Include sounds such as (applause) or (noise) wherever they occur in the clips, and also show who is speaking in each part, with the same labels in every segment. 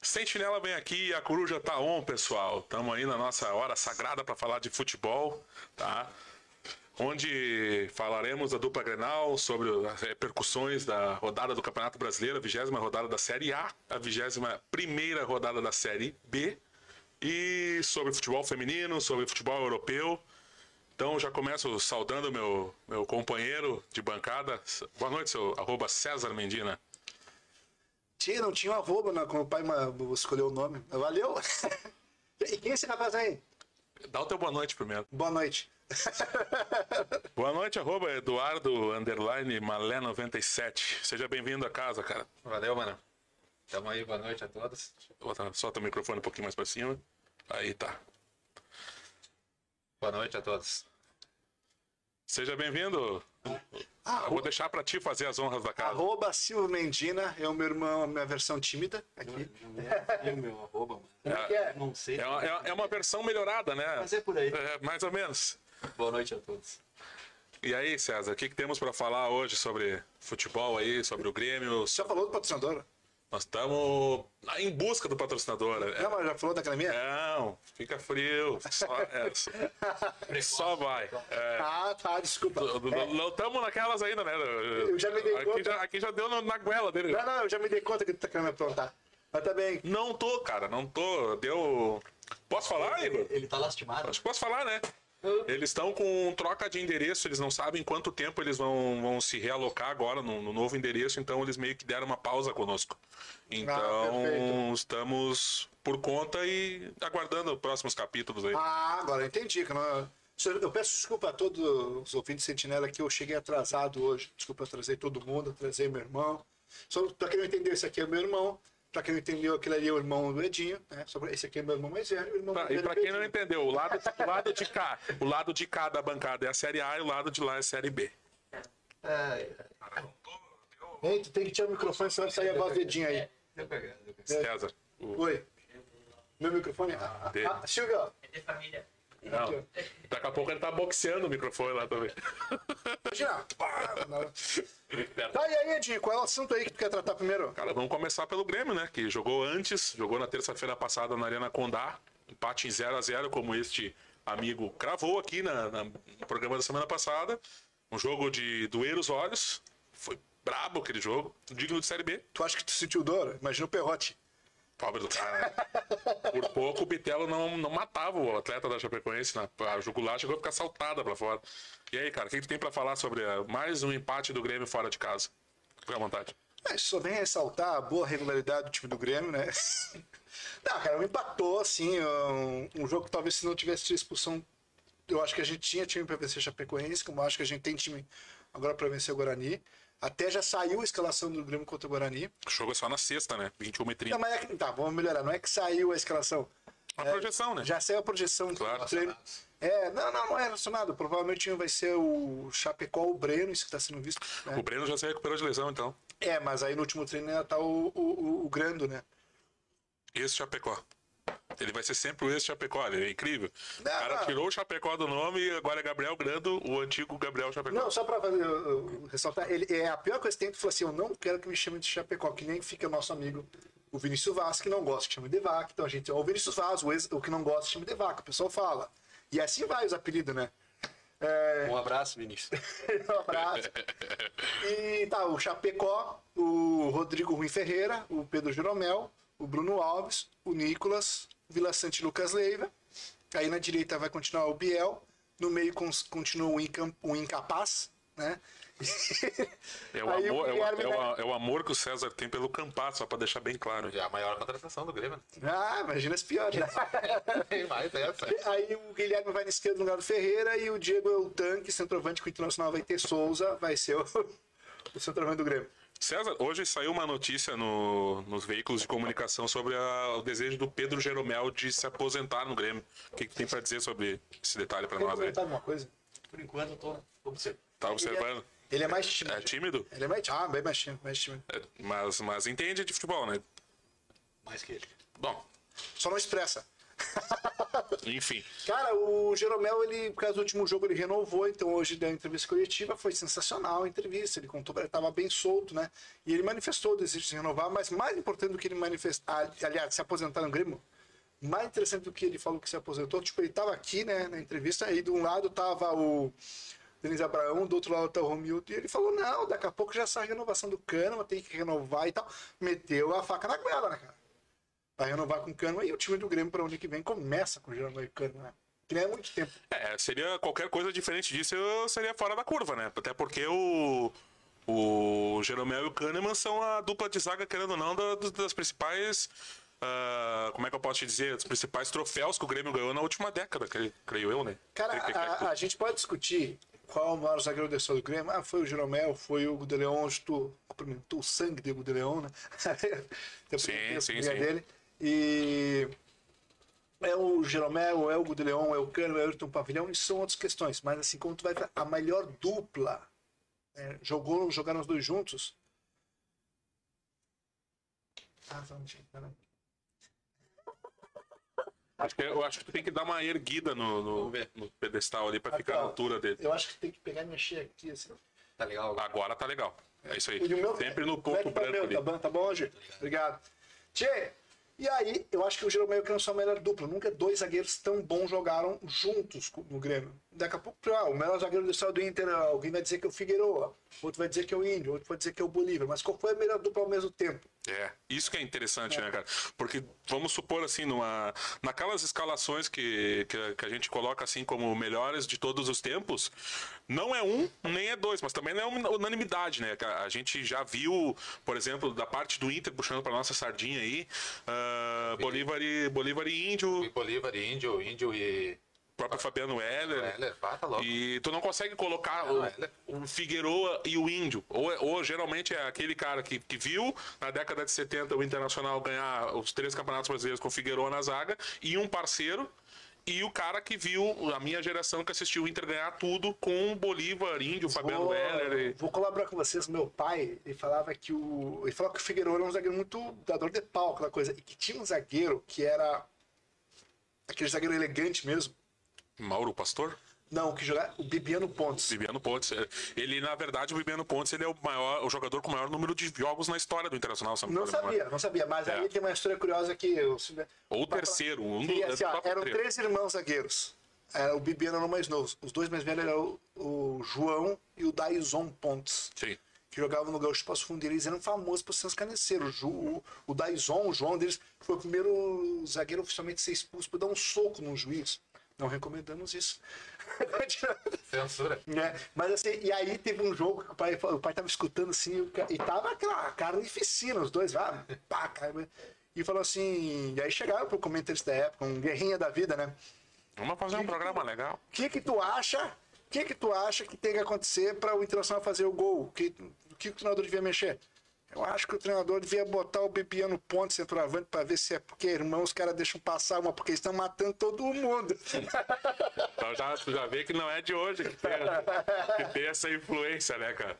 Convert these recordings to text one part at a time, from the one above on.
Speaker 1: Sentinela vem aqui, a coruja tá on, pessoal. Estamos aí na nossa hora sagrada para falar de futebol, tá? Onde falaremos da dupla Grenal, sobre as repercussões da rodada do Campeonato Brasileiro, a vigésima rodada da Série A, a vigésima primeira rodada da Série B, e sobre futebol feminino, sobre futebol europeu. Então já começo saudando meu, meu companheiro de bancada. Boa noite, seu arroba César Mendina.
Speaker 2: Tinha, não tinha um arroba, né? Como o pai ma- escolheu o nome. Valeu! (laughs) e quem é esse rapaz aí?
Speaker 1: Dá o teu boa noite primeiro.
Speaker 2: Boa noite.
Speaker 1: Boa noite, arroba Eduardo Underline Malé 97. Seja bem-vindo a casa, cara.
Speaker 3: Valeu, mano. Tamo aí, boa noite a todos.
Speaker 1: Bota- Solta o microfone um pouquinho mais pra cima. Aí tá.
Speaker 3: Boa noite a todos.
Speaker 1: Seja bem-vindo. Eu
Speaker 4: Ah,
Speaker 1: vou
Speaker 2: Arro-
Speaker 1: deixar pra ti fazer as honras da casa.
Speaker 2: Arroba Silvio Mendina, é o meu irmão, a minha versão tímida aqui.
Speaker 4: Tem o meu arroba, mano.
Speaker 2: Como é que é?
Speaker 4: Não sei.
Speaker 1: É uma, é- é uma versão melhorada, né?
Speaker 4: Mas é por aí.
Speaker 1: É, mais ou menos.
Speaker 4: Boa noite a todos.
Speaker 1: E aí, César, o que, que temos pra falar hoje sobre futebol aí, sobre o Grêmio?
Speaker 2: Já falou do patrocinador?
Speaker 1: Nós estamos em busca do patrocinador. É-
Speaker 2: Não, mas já falou da academia?
Speaker 1: Não, fica frio. Só, é, só-
Speaker 4: (laughs)
Speaker 1: só vai. É.
Speaker 2: Ah, tá, desculpa. É,
Speaker 1: Não estamos naquelas ainda, né?
Speaker 2: Eu já me dei
Speaker 1: aqui,
Speaker 2: conta.
Speaker 1: já, aqui já deu na, na goela dele.
Speaker 2: Não, não, eu já me dei conta que tu tá querendo me aprontar. Mas tá bem.
Speaker 1: Não tô, cara, não tô. Deu. Posso falar, Igor?
Speaker 4: Ele tá lastimado.
Speaker 1: Acho que posso falar, né? Eles estão com troca de endereço, eles não sabem quanto tempo eles vão, vão se realocar agora no, no novo endereço, então eles meio que deram uma pausa conosco. Então
Speaker 2: Ah, perfeito.
Speaker 1: estamos por conta e aguardando próximos capítulos aí.
Speaker 2: Ah, agora eu entendi. Que não... Senhor, Eu peço desculpa a todos os ouvintes de Sentinela que eu cheguei atrasado hoje. Desculpa, eu atrasei todo mundo, atrasei meu irmão. Só pra quem não entendeu, esse aqui é meu irmão. Pra quem não entendeu, aquele ali é o irmão do Edinho. Né? Só pra- Esse aqui é meu irmão mais velho. O irmão
Speaker 1: Pra-
Speaker 2: mais
Speaker 1: e
Speaker 2: velho
Speaker 1: pra
Speaker 2: é o
Speaker 1: quem não
Speaker 2: Edinho.
Speaker 1: entendeu, o lado, o lado de cá, o lado de cá da bancada é a série A e o lado de lá é a série B.
Speaker 4: Ai, ai.
Speaker 2: Ei, tu tem que tirar o microfone, senão vai sair a voz do Edinho aí.
Speaker 4: Deu cagada, deu cagada.
Speaker 1: César. o-
Speaker 2: Oi. Meu microfone? Ah,
Speaker 1: dele.
Speaker 2: ah, Silvio.
Speaker 5: É de família.
Speaker 1: Não, daqui a pouco ele tá boxeando o microfone lá também.
Speaker 2: Imagina. Pá, na- Tá, e aí, Edinho, qual é o assunto aí que tu quer tratar primeiro?
Speaker 1: Cara, vamos começar pelo Grêmio, né? Que jogou antes, jogou na terça-feira passada na Arena Condá. Empate em 0 a 0 como este amigo cravou aqui na, na- no programa da semana passada. Um jogo de doer os olhos. Foi brabo aquele jogo. Digno de Série B.
Speaker 2: Tu acha que tu sentiu dor? Imagina o Perrote.
Speaker 1: Pobre do cara, né? Por pouco o Bitelo não, não matava o atleta da Chapecoense. Na, a jugular chegou a ficar saltada pra fora. E aí, cara, o que, que tu tem pra falar sobre eh, mais um empate do Grêmio fora de casa? Fica à vontade.
Speaker 2: É, Isso só vem ressaltar a boa regularidade do time do Grêmio, né? (laughs) Não, cara, empatou, assim, um, um jogo que talvez se não tivesse tido expulsão, eu acho que a gente tinha time pra vencer a Chapecoense, como eu acho que a gente tem time agora pra vencer o Guarani. Até já saiu a escalação do Grêmio contra o Guarani.
Speaker 1: O jogo é só na sexta, né? 21 e 30.
Speaker 2: Não, mas é que, tá, vamos melhorar. Não é que saiu a escalação.
Speaker 1: A
Speaker 2: É,
Speaker 1: projeção, né?
Speaker 2: Já saiu a projeção
Speaker 1: Claro.
Speaker 2: do treino. É, não, não, não é relacionado. Provavelmente um vai ser o Chapecó ou o Breno, isso que tá sendo visto. né?
Speaker 1: O Breno já se recuperou de lesão, então.
Speaker 2: É, mas aí no último treino ainda tá o, o, o- o Grando, né?
Speaker 1: Esse Chapecó. Ele vai ser sempre o ex-Chapecó, ele é incrível. O
Speaker 2: Não,
Speaker 1: cara
Speaker 2: não.
Speaker 1: tirou o Chapecó do nome e agora é Gabriel Grando, o antigo Gabriel Chapecó.
Speaker 2: Não, só pra fazer, uh, uh, ressaltar, ele, é a pior coisa que tem tu falar assim, eu não quero que me chamem de Chapecó, que nem fica nosso amigo o Vinícius Vaz, que não gosta que chame de vaca. Então a gente, ó, o Vinícius Vaz, o, ex, o que não gosta, chama de vaca, o pessoal fala. E assim vai os apelidos, né? É,
Speaker 4: Um abraço, Vinícius.
Speaker 1: (laughs)
Speaker 2: um abraço. E tá, o Chapecó, o Rodrigo Rui Ferreira, o Pedro Jeromel, o Bruno Alves, o Nicolas, o Vila Sante Lucas Leiva. Aí na direita vai continuar o Biel. No meio cons- continua o, incam- o Incapaz, né?
Speaker 1: É o,
Speaker 2: Aí
Speaker 1: amor, é, o,
Speaker 2: Guilherme
Speaker 1: é
Speaker 2: da-
Speaker 1: o- é o amor que o César tem pelo Campar, só pra deixar bem claro.
Speaker 3: Já é a maior contratação do Grêmio.
Speaker 2: Ah, imagina as
Speaker 1: (laughs)
Speaker 2: piores. né?
Speaker 3: né? (laughs) Tem mais essa.
Speaker 2: Aí o Guilherme vai na esquerda no lugar do Ferreira e o Diego é o tanque, centroavante que o Internacional vai ter Souza, vai ser o, (laughs) o centroavante do Grêmio.
Speaker 1: César, hoje saiu uma notícia no- nos veículos de comunicação sobre a- o desejo do Pedro Jeromel de se aposentar no Grêmio. O que, que tem pra dizer sobre esse detalhe pra
Speaker 2: Quer
Speaker 1: nós aí?
Speaker 2: comentar alguma coisa?
Speaker 4: Por enquanto eu tô observando.
Speaker 1: Tá observando?
Speaker 2: Ele é mais tímido.
Speaker 1: É tímido,
Speaker 2: Ele é mais tímido. Ah, bem mais tímido, mais tímido.
Speaker 1: É, mas, mas entende de futebol, né?
Speaker 4: Mais que ele.
Speaker 1: Bom,
Speaker 2: Só não expressa.
Speaker 1: Enfim.
Speaker 2: Cara, o Jeromel, ele, por causa do último jogo, ele renovou, então hoje deu uma entrevista coletiva, foi sensacional a entrevista, ele contou, ele estava bem solto, né? E ele manifestou o desejo de renovar, mas mais importante do que ele manifestar, aliás, se aposentar no Grêmio, mais interessante do que ele falou que se aposentou, tipo, ele estava aqui, né, na entrevista, aí de um lado tava o Denis Abraão, do outro lado tá o Romildo, e ele falou, não, daqui a pouco já sai a renovação do Cano, tem que renovar e tal. Meteu a faca na goela, né, cara? Vai renovar com o Cano e o time do Grêmio para ano que vem começa com o Jeromel e Cano, né? Que nem é muito tempo.
Speaker 1: É, seria qualquer coisa diferente disso, eu seria fora da curva, né? Até porque o. O Jeromel e o Kahneman são a dupla de zaga, querendo ou não, da- das, principais. ah, como é que eu posso te dizer? Dos principais troféus que o Grêmio ganhou na última década, cre- creio eu, né?
Speaker 2: Cara,
Speaker 1: Creio que-
Speaker 2: a, a gente pode discutir qual é o maior zagueiro da história do Grêmio. Ah, foi o Jeromel, foi o Gudeleon, hoje tu cumprimentou o sangue de Gudeleon, né? (laughs) Eu
Speaker 1: Sim,
Speaker 2: cumprimentei a
Speaker 1: sim,
Speaker 2: filha
Speaker 1: sim.
Speaker 2: é dele. E é o Jeromel, é o Gudeleon, é o Cano, é o Ayrton Pavilhão, isso são outras questões. Mas assim, quando tu vai pra a melhor dupla, né? jogou, jogaram os dois juntos. Ah, só um minutinho, peraí.
Speaker 1: acho que, eu acho que tu tem que dar uma erguida no, no-
Speaker 3: Vamos ver.
Speaker 1: no pedestal ali pra ficar
Speaker 2: tá.
Speaker 1: na altura dele.
Speaker 2: Eu acho que tem que pegar e mexer aqui, assim.
Speaker 3: Tá legal agora.
Speaker 1: Agora tá legal. É isso aí.
Speaker 2: E o meu-
Speaker 1: Sempre no
Speaker 2: Como é
Speaker 1: ponto
Speaker 2: que tá o
Speaker 1: branco
Speaker 2: meu?
Speaker 1: ali.
Speaker 2: Tá bom, tá bom hoje? Obrigado. Tchê, e aí, eu acho que o Jeromel e o Cano são a melhor dupla. Nunca dois zagueiros tão bons jogaram juntos co- no Grêmio. Daqui a pouco, ah, o melhor zagueiro do estado do Inter, alguém vai dizer que é o Figueiredo, outro vai dizer que é o Índio, outro vai dizer que é o Bolívar. Mas qual foi a melhor dupla ao mesmo tempo?
Speaker 1: É, isso que é interessante, né, cara? Porque vamos supor assim, numa, naquelas escalações que, que, a- que a gente coloca assim como melhores de todos os tempos, não é um, nem é dois, mas também não é uma unanimidade, né? A, a gente já viu, por exemplo, da parte do Inter puxando para nossa sardinha aí, ah, Bolívar e Bolívar e Índio,
Speaker 3: E
Speaker 1: o
Speaker 3: Bolívar, e Índio, Índio e.
Speaker 1: próprio Fabiano Heller.
Speaker 3: Heller, pá, tá louco.
Speaker 1: E tu não consegue colocar
Speaker 3: Não, é-
Speaker 1: o, o Figueroa e o Índio. Ou, ou geralmente é aquele cara que, que viu na década de 70 o Internacional ganhar os três campeonatos brasileiros com o Figueroa na zaga e um parceiro. E o cara que viu a minha geração que assistiu o Inter ganhar tudo com o Bolívar, Índio, Fabiano
Speaker 2: vou,
Speaker 1: Heller. e-
Speaker 2: vou colaborar com vocês. Meu pai, ele falava que o. Ele falava que o Figueiredo era um zagueiro muito dador de pau, aquela coisa. E que tinha um zagueiro que era. Aquele zagueiro elegante mesmo.
Speaker 1: Mauro Pastor?
Speaker 2: Não, que jogava. O Bibiano Pontes.
Speaker 1: Bibiano Pontes. Ele, na verdade, o Bibiano Pontes ele é o, maior, o jogador com o maior número de jogos na história do Internacional. se eu
Speaker 2: Não
Speaker 1: me engano.
Speaker 2: sabia, não sabia. Mas
Speaker 1: É.
Speaker 2: aí tem uma história curiosa que eu.
Speaker 1: Ou o terceiro. Um
Speaker 2: Que,
Speaker 1: do,
Speaker 2: assim, ó,
Speaker 1: top
Speaker 2: eram
Speaker 1: três.
Speaker 2: três irmãos zagueiros. Era o Bibiano era o mais novo. Os dois mais velhos eram o, o João e o Daison Pontes.
Speaker 1: Sim.
Speaker 2: que jogavam no Gaúcho Passo Fundo, e eles eram famosos por seus caneceiros. O, Ju- o- o Daison, o João deles, foi o primeiro zagueiro oficialmente a ser expulso por dar um soco num juiz. Não recomendamos isso. (laughs)
Speaker 3: Censura.
Speaker 2: né? Mas assim, e aí teve um jogo que o pai, o pai tava escutando assim, e o ca- e tava aquela carnificina, os dois, lá, pá, cara, e falou assim, e aí chegaram pro comentarista da época, um guerrinha da vida, né?
Speaker 1: Vamos fazer um programa legal.
Speaker 2: O que que tu acha? O que que tu acha que tem que acontecer para o Internacional fazer o gol? O que, o que o treinador devia mexer? Eu acho que o treinador devia botar o Bibiano Ponte centroavante para ver se é porque irmão os caras deixam passar uma porque eles estão matando todo mundo.
Speaker 1: Então já, tu já vê que não é de hoje que tem, que tem essa influência, né, cara?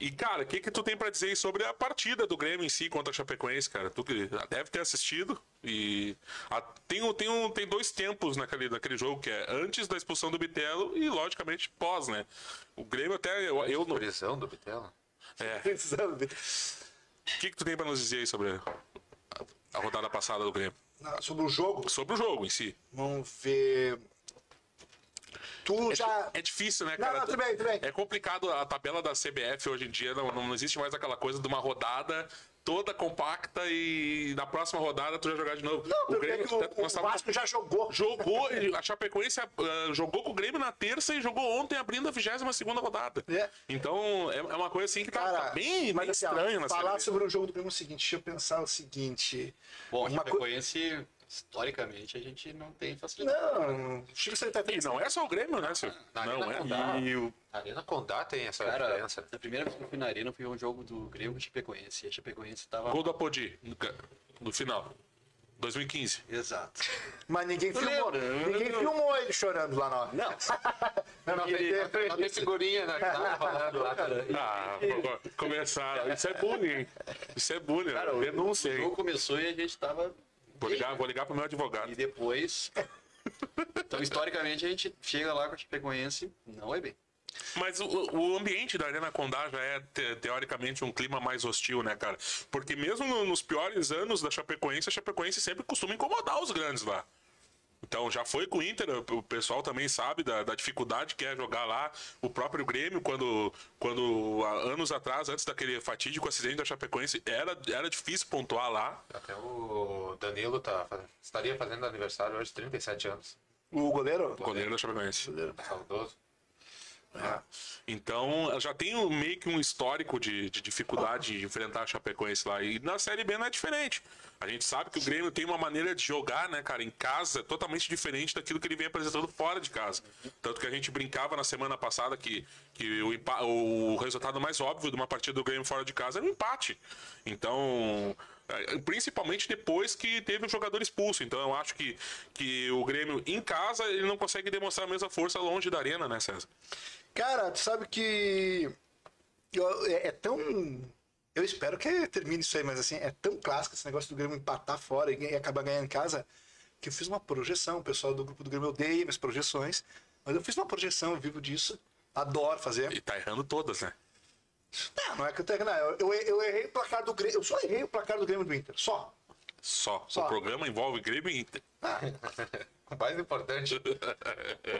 Speaker 1: E, cara, o que, que tu tem pra dizer aí sobre a partida do Grêmio em si contra a Chapecoense, cara? Tu que já deve ter assistido. E a- tem, um- tem, um- tem dois tempos naquele, naquele jogo, que é antes da expulsão do Bitelo e, logicamente, pós, né? O Grêmio até. Eu, eu não. O
Speaker 3: Prisão do Bitelo.
Speaker 2: Precisando.
Speaker 1: que, que tu tem pra nos dizer aí sobre a, a rodada passada do Grêmio?
Speaker 2: Ah, Sobre o jogo,
Speaker 1: Sobre o jogo em si.
Speaker 2: vamos ver. Tu
Speaker 1: É,
Speaker 2: já.
Speaker 1: di- é difícil, né,
Speaker 2: Tá. Não,
Speaker 1: cara?
Speaker 2: não, tudo bem, tudo bem.
Speaker 1: É complicado a tabela da CBF hoje em dia, não, não existe mais aquela coisa de uma rodada toda compacta e na próxima rodada tu já jogar de novo.
Speaker 2: Não, porque é que o,
Speaker 1: tá- nós
Speaker 2: o
Speaker 1: tava-
Speaker 2: Vasco já jogou.
Speaker 1: jogou, ele- a Chapecoense ah, jogou com o Grêmio na terça e jogou ontem abrindo a 22ª rodada.
Speaker 2: É.
Speaker 1: Então, é, é uma coisa assim que tá,
Speaker 2: Cara,
Speaker 1: tá bem, bem
Speaker 2: assim, ó,
Speaker 1: estranho na
Speaker 2: Falar
Speaker 1: CBF.
Speaker 2: sobre o jogo do Grêmio é o seguinte, deixa eu pensar o seguinte.
Speaker 4: Bom, a
Speaker 1: é
Speaker 2: Uma co-
Speaker 4: Chapecoense, historicamente, a gente não tem facilidade.
Speaker 2: Não, o Chico Santa
Speaker 1: E não é só o Grêmio, né, Silvio?
Speaker 3: Não,
Speaker 1: Não,
Speaker 3: não
Speaker 1: é.
Speaker 4: dá.
Speaker 1: E o-
Speaker 3: A Arena Condá tem essa
Speaker 4: Cara,
Speaker 3: diferença.
Speaker 4: a primeira vez que eu fui na arena foi um jogo do Grêmio com a Chapecoense. E a Chapecoense tava...
Speaker 1: gol do Apodi, no, ca- no final. 2015.
Speaker 2: (laughs)
Speaker 4: Exato.
Speaker 2: Mas ninguém
Speaker 4: Tu
Speaker 2: filmou.
Speaker 4: lembra?
Speaker 2: Ninguém
Speaker 4: Eu-
Speaker 2: filmou ele chorando lá na hora.
Speaker 4: Não.
Speaker 2: (laughs) Não, não,
Speaker 3: Não
Speaker 2: tem-
Speaker 3: tem- não tem figurinha na
Speaker 4: né? Tá
Speaker 3: (laughs) cara rolando lá, cara.
Speaker 1: Ah, agora, começaram. Isso é bullying. hein? Isso é bullying.
Speaker 4: Cara, o-
Speaker 1: Denúncia,
Speaker 4: o
Speaker 1: hein?
Speaker 4: jogo começou e a gente tava
Speaker 1: Vou ligar, vou ligar pro meu
Speaker 4: E
Speaker 1: advogado.
Speaker 4: depois. Então, historicamente, a gente chega lá com a Chapecoense, não é bem.
Speaker 1: Mas o, o ambiente da Arena Condá já é, te- teoricamente, um clima mais hostil, né, cara? Porque mesmo no- nos piores anos da Chapecoense, a Chapecoense sempre costuma incomodar os grandes lá. Então já foi com o Inter, o pessoal também sabe da, da dificuldade que é jogar lá. O próprio Grêmio, quando, quando há anos atrás, antes daquele fatídico acidente da Chapecoense, era, era difícil pontuar lá.
Speaker 3: Até o Danilo tá, fazendo- estaria fazendo aniversário hoje, 37 anos.
Speaker 2: O goleiro?
Speaker 1: O goleiro da Chapecoense.
Speaker 3: Saudoso.
Speaker 1: Então, já tem um- meio que um histórico de, de dificuldade de enfrentar a Chapecoense lá. E na Série B não é diferente. A gente sabe que o Grêmio tem uma maneira de jogar, né, cara, em casa, totalmente diferente daquilo que ele vem apresentando fora de casa. Tanto que a gente brincava na semana passada que, que o, empa- o resultado mais óbvio de uma partida do Grêmio fora de casa era um empate. Então, é, principalmente depois que teve um jogador expulso. Então, eu acho que, que o Grêmio em casa ele não consegue demonstrar a mesma força longe da arena, né, César?
Speaker 2: Cara, tu sabe que. eu- é, é tão. Eu espero que termine isso aí, mas assim, é tão clássico esse negócio do Grêmio empatar fora e, e acabar ganhando em casa, que eu fiz uma projeção. O pessoal do grupo do Grêmio odeia minhas projeções, mas eu fiz uma projeção, eu vivo disso. Adoro fazer.
Speaker 1: E tá errando todas, né?
Speaker 2: Não, não é que eu tenho. Não, eu, eu, eu errei o placar do Grêmio. Eu só errei o placar do Grêmio e do Inter. Só.
Speaker 1: Só.
Speaker 2: Só.
Speaker 1: O programa envolve Grêmio e Inter.
Speaker 3: O mais importante.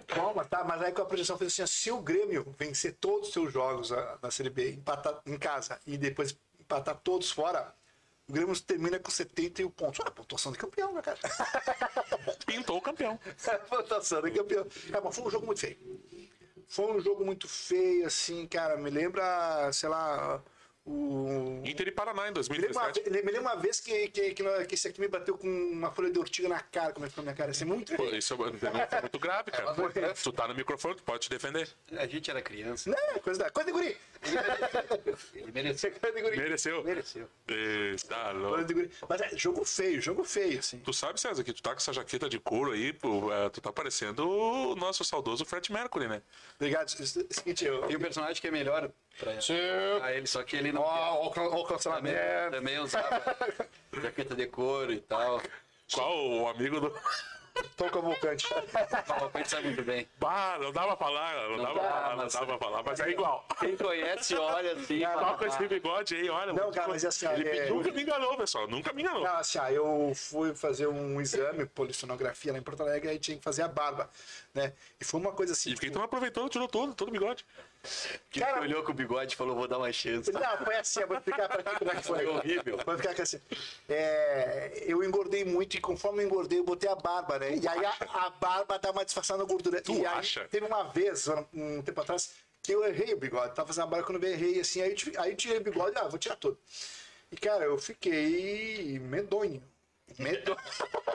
Speaker 2: Calma, tá? Mas aí com a projeção fez assim: ó, se o Grêmio vencer todos os seus jogos ah, na Série B, empatar em casa e depois empatar todos fora, o Grêmio termina com 71 pontos. Olha, pontuação de campeão, né, cara? (laughs)
Speaker 1: Pintou o campeão.
Speaker 2: pontuação de campeão. Cara, mas foi um jogo muito feio. Foi um jogo muito feio, assim, cara. Me lembra, sei lá, o.
Speaker 1: Inter e Paraná em
Speaker 2: Me lembro, uma,
Speaker 1: 2017.
Speaker 2: ve- me lembro uma vez que, que, que, nós- que esse aqui me bateu com uma folha de ortiga na cara, como é que foi na minha cara? Isso é muito
Speaker 1: Pô,
Speaker 2: feio.
Speaker 1: isso é
Speaker 2: (laughs)
Speaker 1: uma denúncia muito grave, cara. Tu tá no microfone, tu pode te defender.
Speaker 4: A gente era criança,
Speaker 2: Não, é coisa da. Coisa de guri!
Speaker 4: ele mereceu.
Speaker 2: Coisa é de guri.
Speaker 1: Mereceu.
Speaker 4: Mereceu.
Speaker 1: Eh, Tá
Speaker 2: Coisa
Speaker 1: louco.
Speaker 2: de guri. Mas é jogo feio, jogo feio, assim.
Speaker 1: Tu sabe, César, que tu tá com essa jaqueta de couro aí, pô, eh, tu tá parecendo o nosso saudoso Fred Mercury, né?
Speaker 2: Obrigado. Seguinte, eu.
Speaker 4: E o personagem que é melhor pra a ele, só que ele não quer.
Speaker 2: Ó, ó, o can- ó, o
Speaker 4: Também,
Speaker 2: cancelamento. (laughs)
Speaker 4: também usava jaqueta de couro e tal.
Speaker 1: Qual o amigo do. (laughs)
Speaker 2: Tom Cavalcante.
Speaker 4: O gente sabe muito bem.
Speaker 1: Bah, não dá pra falar, não, dá pra
Speaker 4: dá,
Speaker 1: falar, não
Speaker 4: mas-
Speaker 1: dá pra falar, mas é igual.
Speaker 4: Quem conhece, olha assim.
Speaker 1: Só
Speaker 4: fala,
Speaker 1: com esse bigode aí, olha.
Speaker 2: Não,
Speaker 1: vou te
Speaker 2: cara,
Speaker 1: con-
Speaker 2: mas é assim, ó,
Speaker 1: Ele
Speaker 2: é-
Speaker 1: nunca me enganou, pessoal, nunca me enganou.
Speaker 2: Não, assim, ah, eu fui fazer um exame, polissonografia lá em Porto Alegre, aí tinha que fazer a barba, né? E foi uma coisa assim.
Speaker 1: E quem tava aproveitando, tirou todo, todo o bigode.
Speaker 4: que
Speaker 2: cara-
Speaker 4: olhou com o bigode e falou, vou dar uma chance.
Speaker 2: Não, foi assim, eu vou explicar pra ti como é que
Speaker 1: (laughs)
Speaker 2: foi.
Speaker 4: Foi horrível.
Speaker 2: Vou ficar com assim. É, eu engordei muito e conforme eu engordei, eu botei a barba, né? e aí a, a barba dá uma disfarçada na gordura.
Speaker 1: Tu
Speaker 2: e aí,
Speaker 1: acha?
Speaker 2: Teve uma vez, um tempo atrás, que eu errei o bigode. Tava fazendo a barba quando eu errei, assim. Aí eu, tive- aí eu tirei o bigode, ah, vou tirar todo. E, cara, eu fiquei medonho. Medonho.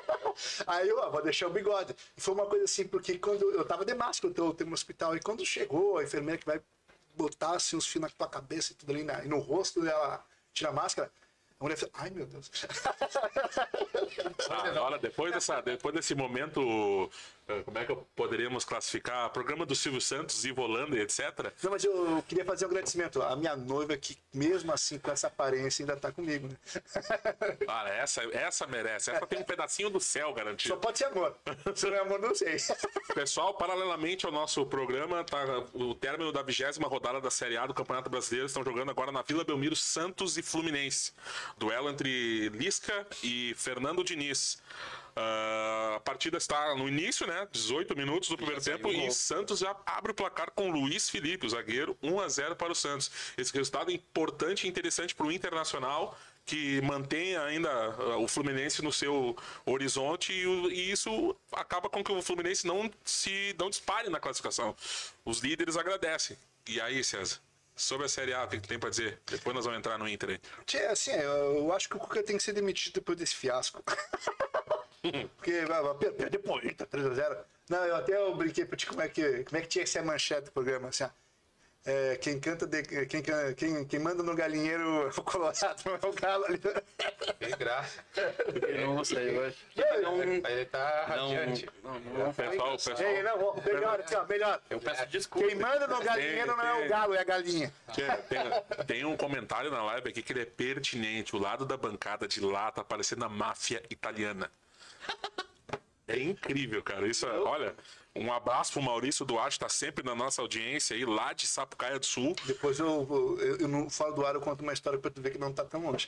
Speaker 2: (laughs) Aí eu, ah, vou deixar o bigode. E foi uma coisa assim, porque quando eu tava de máscara, eu tô- eu tô no hospital, e quando chegou a enfermeira que vai botar assim, os fios na tua cabeça e tudo ali na- e no rosto dela, tira a máscara, a mulher fala, ai meu Deus. (laughs)
Speaker 1: Ah, agora, depois, dessa, depois desse momento, eh, como é que eu poderíamos classificar? Programa do Silvio Santos, Ivo Holanda, e etc.
Speaker 2: Não, mas eu queria fazer um agradecimento. A minha noiva, que mesmo assim, com essa aparência, ainda tá comigo, né? (laughs)
Speaker 1: Cara, essa, essa merece. Essa tem um pedacinho do céu
Speaker 2: Só
Speaker 1: garantido.
Speaker 2: pode ser amor. Se não é amor, não
Speaker 4: (laughs)
Speaker 2: sei.
Speaker 1: Pessoal, paralelamente ao nosso programa, tá o término da vigésima rodada da Série A do Campeonato Brasileiro. Estão jogando agora na Vila Belmiro Santos e Fluminense. Duelo entre Lisca e Fernando Diniz. Ah, a partida está no início, né? 18 minutos do primeiro
Speaker 4: saiu
Speaker 1: tempo
Speaker 4: o gol.
Speaker 1: e Santos já abre o placar com Luiz Felipe, o zagueiro, 1 a 0 para o Santos. Esse resultado é importante e interessante para o Internacional, que mantém ainda ah, o Fluminense no seu horizonte e, o- e isso acaba com que o Fluminense não se não dispare na classificação. Os líderes agradecem. E aí, César? Sobre a Série A, o que que tem para dizer? Depois nós vamos entrar no Inter. aí.
Speaker 2: Tchê, assim, eu acho que o Cuca tem que ser demitido depois desse
Speaker 4: (laughs)
Speaker 2: fiasco. Porque vai, vai, per- perdeu pro Inter 3x0. Não, eu até eu brinquei pra ti como é que, como é que tinha que ser a manchete do programa, assim, ó. é, quem canta, de- quem, can- quem, quem manda no galinheiro (laughs) é o Colorado, não é o Galo
Speaker 4: (laughs)
Speaker 2: ali.
Speaker 3: Que graça.
Speaker 4: Eu não sei, eu acho. Não,
Speaker 3: Ele tá
Speaker 4: não,
Speaker 3: radiante.
Speaker 4: não, não.
Speaker 1: Pessoal, pessoal.
Speaker 2: Ei, não, ó, melhor, aqui, ó, melhor.
Speaker 4: Eu
Speaker 3: É,
Speaker 4: peço desculpa.
Speaker 2: Quem manda no galinheiro não é o Galo, é a galinha.
Speaker 1: Que é, tem, tem um comentário na live aqui que ele é pertinente. O lado da bancada de lá tá parecendo a máfia italiana. É incrível, cara. Isso é, olha, um abraço pro Maurício Duarte, tá sempre na nossa audiência aí, lá de Sapucaia do Sul.
Speaker 2: Depois eu, eu, eu não falo do ar, eu conto uma história pra tu ver que não tá tão (laughs) longe.